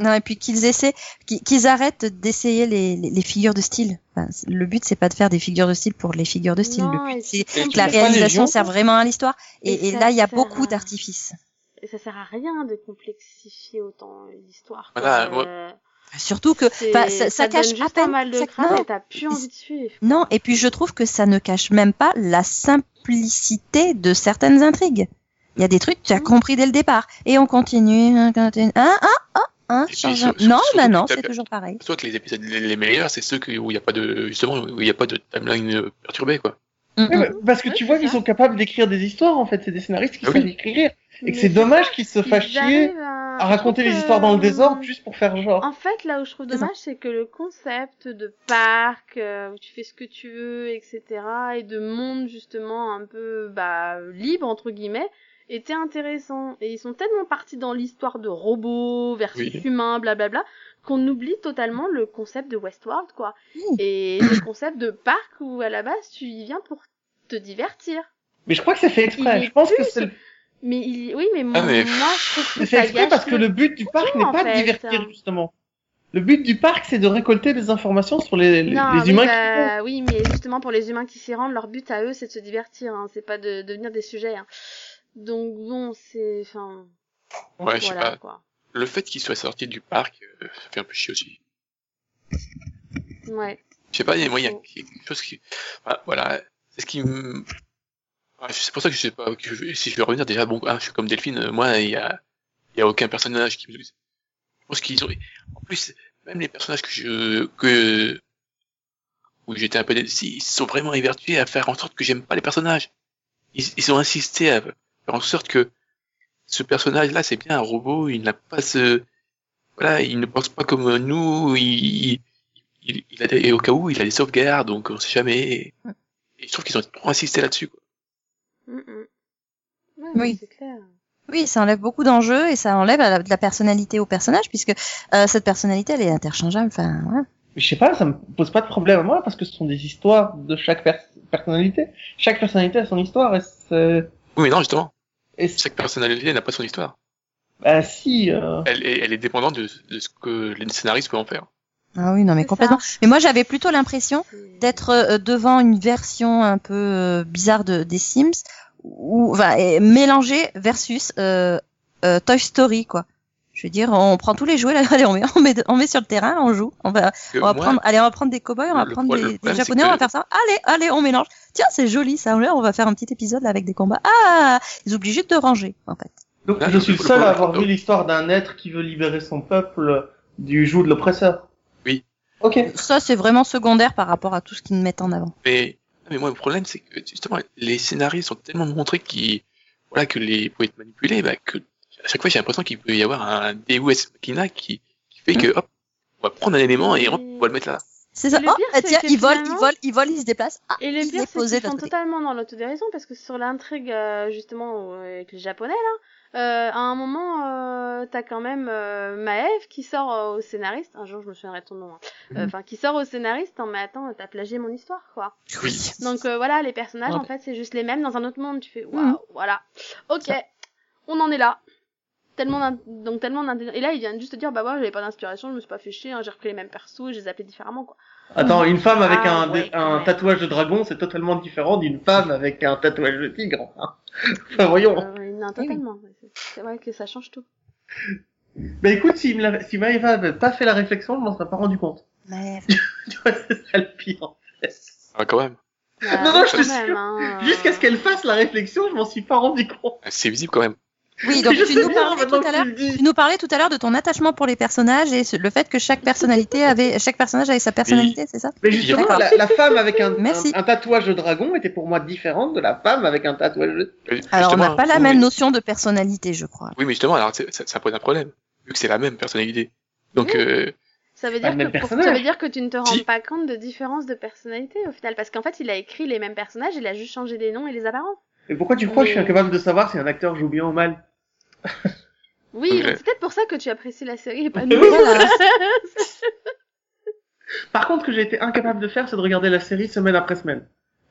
C: Non, et puis qu'ils essaient, qu'ils- qu'ils arrêtent d'essayer les, les, les figures de style. Enfin, c'est- le but, c'est pas de faire des figures de style pour les figures de style.
B: Non,
C: le
B: et
C: but, c'est
A: Et
C: que la
A: tu fais pas les
C: réalisation
A: lions,
C: sert vraiment à l'histoire. Et,
B: Et
C: et
B: ça
C: là, il y a
B: sert
C: beaucoup
B: à-
C: d'artifices.
B: Et ça sert à rien de complexifier autant l'histoire. quoi.
D: Voilà, moi-
B: Euh,
C: Surtout que
B: c'est-
C: enfin, Bah, ça, ça cache
B: donne
C: à
B: juste
C: peine.
B: un mal de
C: ça-
B: crâne
C: non,
B: et t'as plus envie de suivre.
C: non, et puis je trouve que ça ne cache même pas la simplicité de certaines intrigues. Il y a des trucs que tu as
B: Mm.
C: compris dès le départ. Et on continue, on continue. Hein, hein, hein, hein,
D: Et puis,
C: change-
D: sur- sur-
C: non,
D: surtout
C: bah
D: que
C: non,
D: t'as-
C: c'est toujours pareil.
D: Soit que les épisodes les, les meilleurs, c'est ceux qui- où il n'y a pas de, justement, où il n'y a pas de timeline euh, perturbée, quoi.
C: Mm,
A: Ouais,
C: mm.
A: mais parce que
B: Ouais,
A: tu vois
B: c'est
A: qu'ils
B: ça.
A: sont capables d'écrire des histoires en fait, c'est des scénaristes qui
D: Ah oui.
A: savent écrire et
B: Mais
A: que c'est dommage qu'ils se
B: Ils
A: fassent chier
B: arrivent à,
A: à
B: je trouve
A: raconter les
B: que-
A: histoires dans le désordre juste pour faire genre.
B: En fait, là où je trouve
C: C'est ça.
B: dommage, c'est que le concept de parc, euh, où tu fais ce que tu veux, etc., et de monde justement un peu bah, libre, entre guillemets, était intéressant. Et ils sont tellement partis dans l'histoire de robots versus
D: Oui.
B: humains, blablabla, qu'on oublie totalement le concept de Westworld, quoi.
C: Oui.
B: Et le concept de parc où, à la base, tu y viens pour te divertir.
A: Mais je crois que c'est fait
B: Il
A: exprès.
B: est
A: Je pense que
B: plus
A: c'est le-
B: Mais il... oui, mais,
D: Ah, mais-
B: moi, je trouve que
A: C'est
B: ça
A: exprès
B: gâche
A: parce que le but du parc
B: tout,
A: n'est
B: en
A: pas de
B: fait.
A: divertir justement. Le but du parc, c'est de récolter des informations sur les, les-
B: Non,
A: les
B: oui,
A: humains.
B: bah, oui, mais justement pour les humains qui s'y rendent, leur but à eux, c'est de se divertir, hein, c'est pas de devenir des sujets. hein. Donc bon, c'est, enfin,
D: Ouais, je sais
B: voilà
D: pas.
B: quoi.
D: Le fait qu'il soit sorti du parc, euh, ça fait un peu chier aussi.
B: Ouais.
D: Je sais pas, il y a- moi, il y a quelque chose qui, Ah, voilà, c'est ce qui me- Ah, c'est pour ça que je sais pas que je- si je vais revenir déjà bon ah, je suis comme Delphine euh, moi il y a il y a aucun personnage qui me je pense qu'ils ont en plus même les personnages que je que où j'étais un peu dé- si, ils se sont vraiment évertués à faire en sorte que j'aime pas les personnages ils, ils ont insisté à faire en sorte que ce personnage là c'est bien un robot il n'a pas ce voilà, il ne pense pas comme nous, il, il, il a des- et au cas où, il a des sauvegardes, donc on sait jamais. Et je trouve qu'ils ont trop insisté là-dessus. quoi.
B: Mm, mm. Ouais,
C: Oui.
B: mais C'est clair.
C: Oui, ça enlève beaucoup d'enjeux et ça enlève la- de la personnalité au personnage puisque euh, cette personnalité elle est interchangeable. Enfin, voilà.
A: Mais je sais pas, ça me pose pas de problème à moi parce que ce sont des histoires de chaque pers- personnalité. Chaque personnalité a son histoire et c'est...
D: Oui, mais non, justement,
A: et c'est-
D: chaque personnalité n'a pas son histoire.
A: Bah si, euh,
D: Elle, est- elle est dépendante de, de ce que les scénaristes peuvent en faire.
C: Ah oui, non mais
B: C'est
C: complètement. Mais moi j'avais plutôt l'impression
B: C'est-
C: d'être euh, devant une version un peu euh, bizarre de, des Sims ou enfin et mélangée versus euh, euh, Toy Story quoi. Je veux dire, on prend tous les jouets, là, allez, on met, on met, on met sur le terrain, on joue, on va,
D: Que
C: on va
D: moi,
C: prendre, allez, on va prendre des cowboys, on va
D: le
C: prendre
D: pro- le
C: des, des
D: problème, c'est
C: japonais, on
D: que-
C: va faire ça. Allez, allez, on mélange. Tiens, c'est joli, ça, on va faire un petit épisode là, avec des combats. Ah, ils oublient juste de ranger, en fait.
A: donc
D: Ah,
A: je
D: le-
A: suis le
D: le
A: seul à
D: problème,
A: avoir
D: donc-
A: vu l'histoire d'un être qui veut libérer son peuple du joug de l'oppresseur.
D: Oui.
A: Ok.
C: Ça, c'est vraiment secondaire par rapport à tout ce qu'ils mettent en avant.
D: Mais, mais moi, le problème, c'est que justement, les scénaristes ont tellement montré qu'ils, voilà, que les pouvaient être manipulés, bah, que à chaque fois, j'ai l'impression qu'il peut y avoir un Deus Ex Machina qui, qui fait que, hop, on va prendre un élément et hop, on va le mettre là.
C: C'est ça.
B: le
C: Oh,
B: pire,
C: ah,
B: c'est
C: tiens,
B: que
C: ils volent, ils
B: finalement-
C: volent, ils volent, ils se déplacent. Ah,
B: Et le
C: il
B: pire,
C: est
B: c'est
C: posé
B: qu'ils
C: de
B: sont
C: l'autre côté.
B: totalement dans l'autodérision parce que sur l'intrigue, euh, justement, au- avec les Japonais, là, euh, à un moment, euh, t'as quand même euh, Maëv qui sort euh, au scénariste. Un jour, je me souviendrai de ton nom. hein.
A: Mm.
B: Euh, Enfin, qui sort au scénariste en mais attends, t'as plagié mon histoire, quoi.
D: Oui.
B: Donc euh, voilà, les personnages,
A: Ouais.
B: en fait, c'est juste les mêmes dans un autre monde. Tu fais waouh,
C: Mhm.
B: voilà. Ok, on en est là. Tellement d'in- donc tellement d'in- et là ils viennent juste te dire bah ouais j'avais pas d'inspiration je me suis pas fait chier hein, j'ai repris les mêmes persos et je les ai appelés différemment quoi
A: Attends, une femme avec
B: Ah,
A: un,
B: ouais, quand
A: un
B: même.
A: tatouage de dragon, c'est totalement différent d'une femme avec un tatouage de tigre. hein. Enfin, voyons.
B: Euh, non totalement C'est- c'est vrai que ça change tout
A: Bah écoute, si, me l'avait- si Maëva avait pas fait la réflexion, je m'en serais pas rendu compte.
C: Mais-
A: Tu vois, c'est ça le pire. en fait.
D: Ah, quand même.
B: Bah,
A: Non, non, je
B: quand
A: te
B: même,
A: jure.
B: hein, euh,
A: Jusqu'à ce qu'elle fasse la réflexion, je m'en suis pas rendu compte.
D: C'est visible quand même.
C: Oui, donc
A: Mais je
C: tu
A: sais
C: nous,
A: bien,
C: parlais tout
A: maintenant
C: à
A: que
C: l'heure,
A: tu le dis.
C: tu nous parlais tout à l'heure de ton attachement pour les personnages et ce- le fait que chaque personnalité avait, chaque personnage avait sa personnalité, c'est ça
A: Mais justement,
C: D'accord.
A: la, la femme avec un,
C: Merci.
A: un, un tatouage de dragon était pour moi différente de la femme avec un tatouage de...
D: Euh,
C: Alors on n'a
D: justement,
C: pas la
D: oui,
C: même
D: mais-
C: notion de personnalité, je crois.
D: Oui, mais justement, alors, c'est- ça, ça pose un problème. Vu que c'est la même personnalité. Donc, euh,
B: ça veut
A: pas
B: dire
A: le
B: que
A: même
B: pour- ça
A: personnage.
B: veut dire que tu ne te rends
D: Si.
B: pas compte de différence de personnalité au final parce qu'en fait il a écrit les mêmes personnages il a juste changé les noms et les apparences
A: Mais pourquoi tu crois que je suis
B: Mais-
A: incapable de savoir si un acteur joue bien ou mal
B: oui
D: Ok.
B: donc c'est peut-être pour ça que tu apprécies la série et pas
A: Mais
B: nous
C: Voilà.
A: Par contre, ce que j'ai été incapable de faire, c'est de regarder la série semaine après semaine.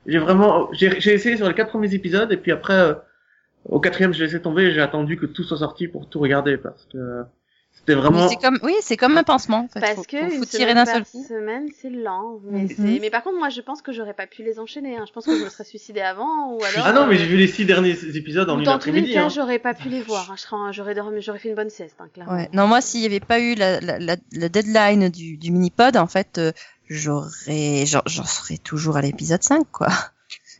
A: J'ai vraiment, j'ai j'ai essayé sur les quatre premiers épisodes et puis après, euh, au quatrième, j'ai laissé tomber. et J'ai attendu que tout soit sorti pour tout regarder parce que c'était
C: Mais
A: vraiment.
C: c'est comme, oui, c'est comme un pansement. En fait.
B: parce
C: faut,
B: que
C: faut-
B: une
C: faut tirer
B: semaine
C: d'un
B: par
C: seul coup.
B: semaine c'est lent mais
C: Mhm.
B: c'est mais par contre moi je pense que j'aurais pas pu les enchaîner hein. je pense que je me serais suicidée avant ou alors
A: Ah non, mais j'ai
B: euh,
A: vu les six derniers épisodes en
B: ou
A: une
B: dans tous les
A: après-midi.
B: cas
A: hein.
B: j'aurais pas pu les voir hein. Je serais en- j'aurais dormi j'aurais fait une bonne sieste hein, clairement
C: Ouais. Non, moi, s'il n'y avait pas eu la, la, la- le deadline du, du mini-pod, en fait, euh, j'aurais, j'en j'en serais toujours à l'épisode 5, quoi.
A: hein.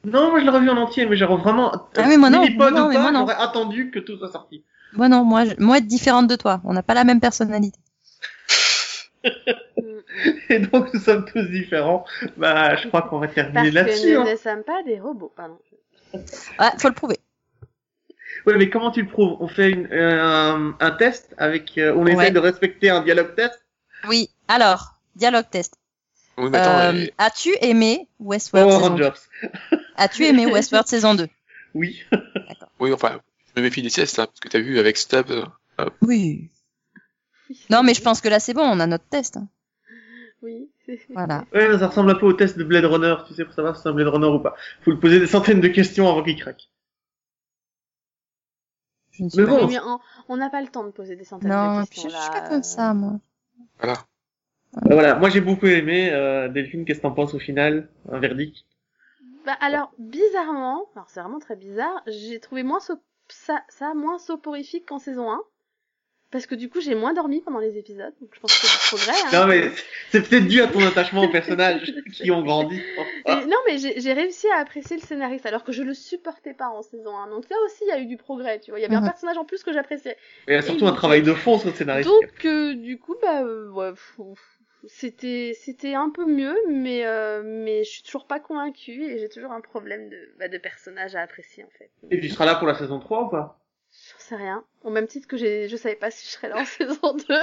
A: Non, moi je l'ai revu en entier, mais j'aurais vraiment.
C: Ah, mais moi, non,
A: Minipod
C: non,
A: ou
C: mais
A: pas,
C: moi, non.
A: j'aurais attendu que tout soit sorti.
C: Moi, non, moi, je- moi, être différente de toi. On n'a pas la même personnalité.
B: Mhm.
A: Et donc nous sommes tous différents. Bah, je crois qu'on va
B: parce
A: terminer
B: que
A: là-dessus.
B: nous
A: Hein.
B: ne sommes pas des robots pardon
C: Ouais, Ah, faut le prouver.
A: Ouais, mais comment tu le prouves On fait une, euh, un, un test avec. euh, on
C: Ouais.
A: essaye de respecter un dialogue test.
C: Oui. Alors, dialogue test.
D: oui, mais Oh, attends,
C: Euh,
D: euh,
C: As-tu aimé Westworld
A: Power
C: saison 2
A: Rangers.
C: As-tu aimé Westworld saison 2
A: Oui.
D: oui, enfin, je me méfie des siestes, hein, parce que t'as vu avec Stab, euh,
C: Oui. Non, mais je pense que là c'est bon, on a notre test. hein.
B: oui
C: Voilà.
A: Ouais, mais ça ressemble un peu au test de Blade Runner, tu sais, pour savoir si c'est un Blade Runner ou pas. Faut lui poser des centaines de questions avant qu'il craque.
C: Je ne suis
A: Mais
C: pas-
A: bon,
B: Mais on- on n'a pas le temps de poser des centaines
C: Non,
B: de
C: je
B: questions
C: je
B: là.
C: suis pas
B: euh.
C: comme ça, moi.
D: voilà.
A: bah voilà, moi j'ai beaucoup aimé. euh, Delphine, qu'est-ce que t'en penses au final Un verdict
B: Bah alors bizarrement, alors c'est vraiment très bizarre, j'ai trouvé moins so- ça, ça moins soporifique qu'en saison 1 parce que du coup j'ai moins dormi pendant les épisodes, donc je pense que c'est du progrès. Hein.
A: Non mais c'est peut-être dû à ton attachement aux personnages qui ont grandi.
C: Hein
B: Et- non, mais j'ai j'ai réussi à apprécier le scénariste alors que je le supportais pas en saison 1. Donc là aussi il y a eu du progrès, tu vois. Il y avait un
C: Mhm.
B: personnage en plus que j'appréciais.
A: Et il y a surtout un travail de fond sur le scénariste.
B: Donc euh, du coup bah euh, ouais, fou- fou- c'était c'était un peu mieux, mais euh, mais je suis toujours pas convaincue et j'ai toujours un problème de bah, de personnage à apprécier en fait.
A: Et tu seras là pour la saison 3 ou pas
B: J'en sais rien. Au même titre que j'ai, je savais pas si je serais là en saison 2.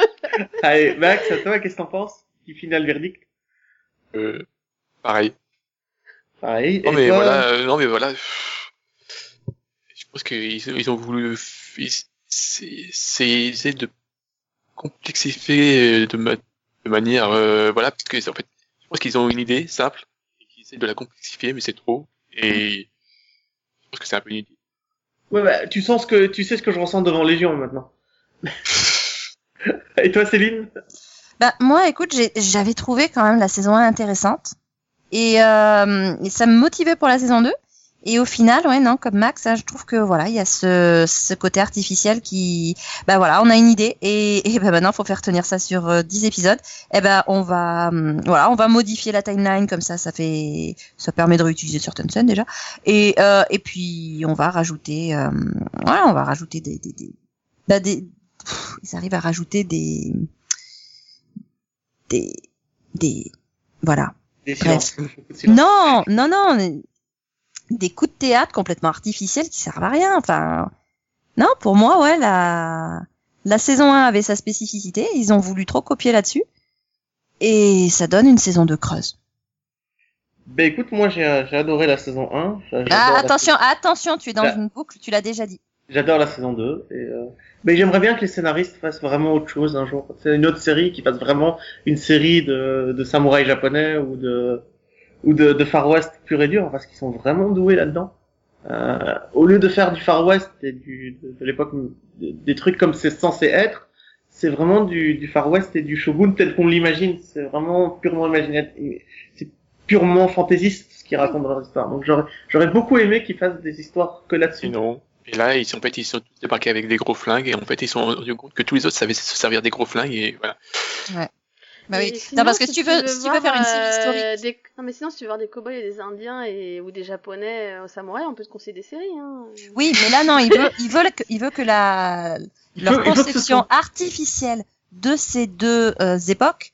A: Allez, Max, à toi, qu'est-ce que t'en penses Qui finit le verdict
D: Euh, pareil.
A: Pareil.
D: Non
A: et
D: mais
A: toi
D: voilà, euh, non mais voilà. pff. Je pense qu'ils ils ont voulu f- ils- c'est c'est essayer de complexifier euh, de, ma- de manière euh, voilà parce que c'est- en fait je pense qu'ils ont une idée simple et qu'ils essaient de la complexifier mais c'est trop et je pense que c'est un peu inutile.
A: Ouais, bah, tu sens ce que, tu sais ce que je ressens devant Légion maintenant. et toi, Céline
C: Bah, moi, écoute, j'ai- j'avais trouvé quand même la saison 1 intéressante. Et, euh, et ça me motivait pour la saison 2. Et au final, ouais, non, comme Max, hein, je trouve que voilà, il y a ce, ce côté artificiel qui, bah voilà, on a une idée et, et bah maintenant faut faire tenir ça sur euh, 10 épisodes. Et ben on va, hum, voilà, on va modifier la timeline comme ça, ça fait, ça permet de réutiliser certaines scènes déjà. Et euh, et puis on va rajouter, euh, voilà, on va rajouter des, des, des- bah des, pff, ils arrivent à rajouter des, des des voilà.
A: Des
C: silences.
A: silences.
C: Non, non, non, mais des coups de théâtre complètement artificiels qui servent à rien. Enfin, non, pour moi, ouais, la la saison 1 avait sa spécificité. Ils ont voulu trop copier là-dessus et ça donne une saison de creuse.
A: Bah écoute, moi j'ai j'ai adoré la saison 1. Enfin,
C: Ah,
A: j'adore la
C: attention, attention, tu es dans
A: Ah.
C: une boucle, tu l'as déjà dit.
A: J'adore la saison 2. Et, euh, Mais j'aimerais bien que les scénaristes fassent vraiment autre chose un jour. C'est une autre série qui fasse vraiment une série de, de samouraïs japonais ou de ou de, de Far West pur et dur parce qu'ils sont vraiment doués là-dedans. Euh, au lieu de faire du Far West et du, de, de l'époque de- des trucs comme c'est censé être, c'est vraiment du, du Far West et du Shogun tel qu'on l'imagine. C'est vraiment purement imaginatif, c'est purement fantaisiste ce qu'ils racontent dans leur histoire. Donc j'aurais j'aurais beaucoup aimé qu'ils fassent des histoires que là-dessus.
D: Sinon et là ils sont en fait ils sont tous débarqués avec des gros flingues et en fait ils se sont rendus compte que tous les autres savaient se servir des gros flingues et voilà.
C: Bah
B: Et
C: oui.
B: sinon,
C: non, parce que si tu veux, si tu veux
B: voir,
C: faire une série
B: euh,
C: historique.
B: des- Non, mais sinon, si tu veux voir des cowboys et des indiens et... ou des japonais euh, aux samouraïs, on peut te conseiller des séries. Hein.
C: Oui, mais là non, il veut, il veut que, il veut que la
A: Il
C: leur
A: faut- il faut que ce
C: conception
A: soit-
C: artificielle de ces deux euh, époques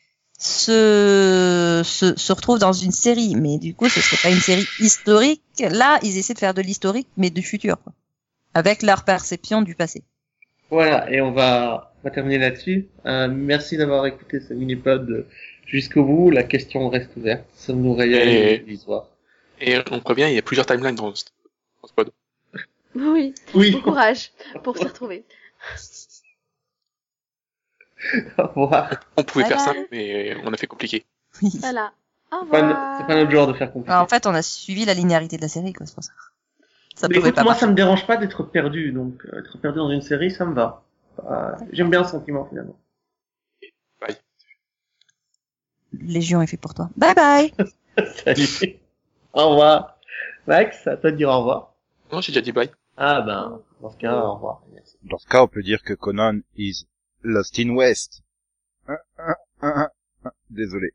C: se, se se retrouve dans une série. Mais du coup, ce serait pas une série historique. Là, ils essaient de faire de l'historique, mais du futur, quoi. avec leur perception du passé.
A: Voilà, et on va, on va terminer là-dessus. Euh, merci d'avoir écouté ce mini-pod jusqu'au bout. La question reste ouverte. Sommes-nous
D: Et-
A: réels ou illusoires
D: Et on prévient il y a plusieurs timelines dans ce, dans ce pod.
B: Bah Oui.
A: Oui,
B: Bon courage pour se retrouver.
A: au revoir.
D: On pouvait
B: Bye bye.
D: faire simple mais on a fait compliqué.
B: Voilà. Au
A: C'est pas, no-
B: revoir.
A: c'est pas notre genre de faire compliqué.
C: Alors, en fait, on a suivi la linéarité de la série, quoi, c'est pour ça. Ah, Ça
A: Mais
C: pouvait
A: écoute,
C: pas
A: moi,
C: marcher.
A: ça me dérange pas d'être perdu. Donc, euh, être perdu dans une série, ça me va. Euh, J'aime bien le sentiment, finalement.
C: Légion est fait pour toi. Bye bye.
A: Salut. au revoir. Max, à toi de dire au revoir.
D: Non j'ai déjà dit bye.
A: Ah ben, dans ce cas, au revoir.
F: Dans ce cas, on peut dire que Conan is Lost in West. Hein, hein, hein, hein, hein. Désolé.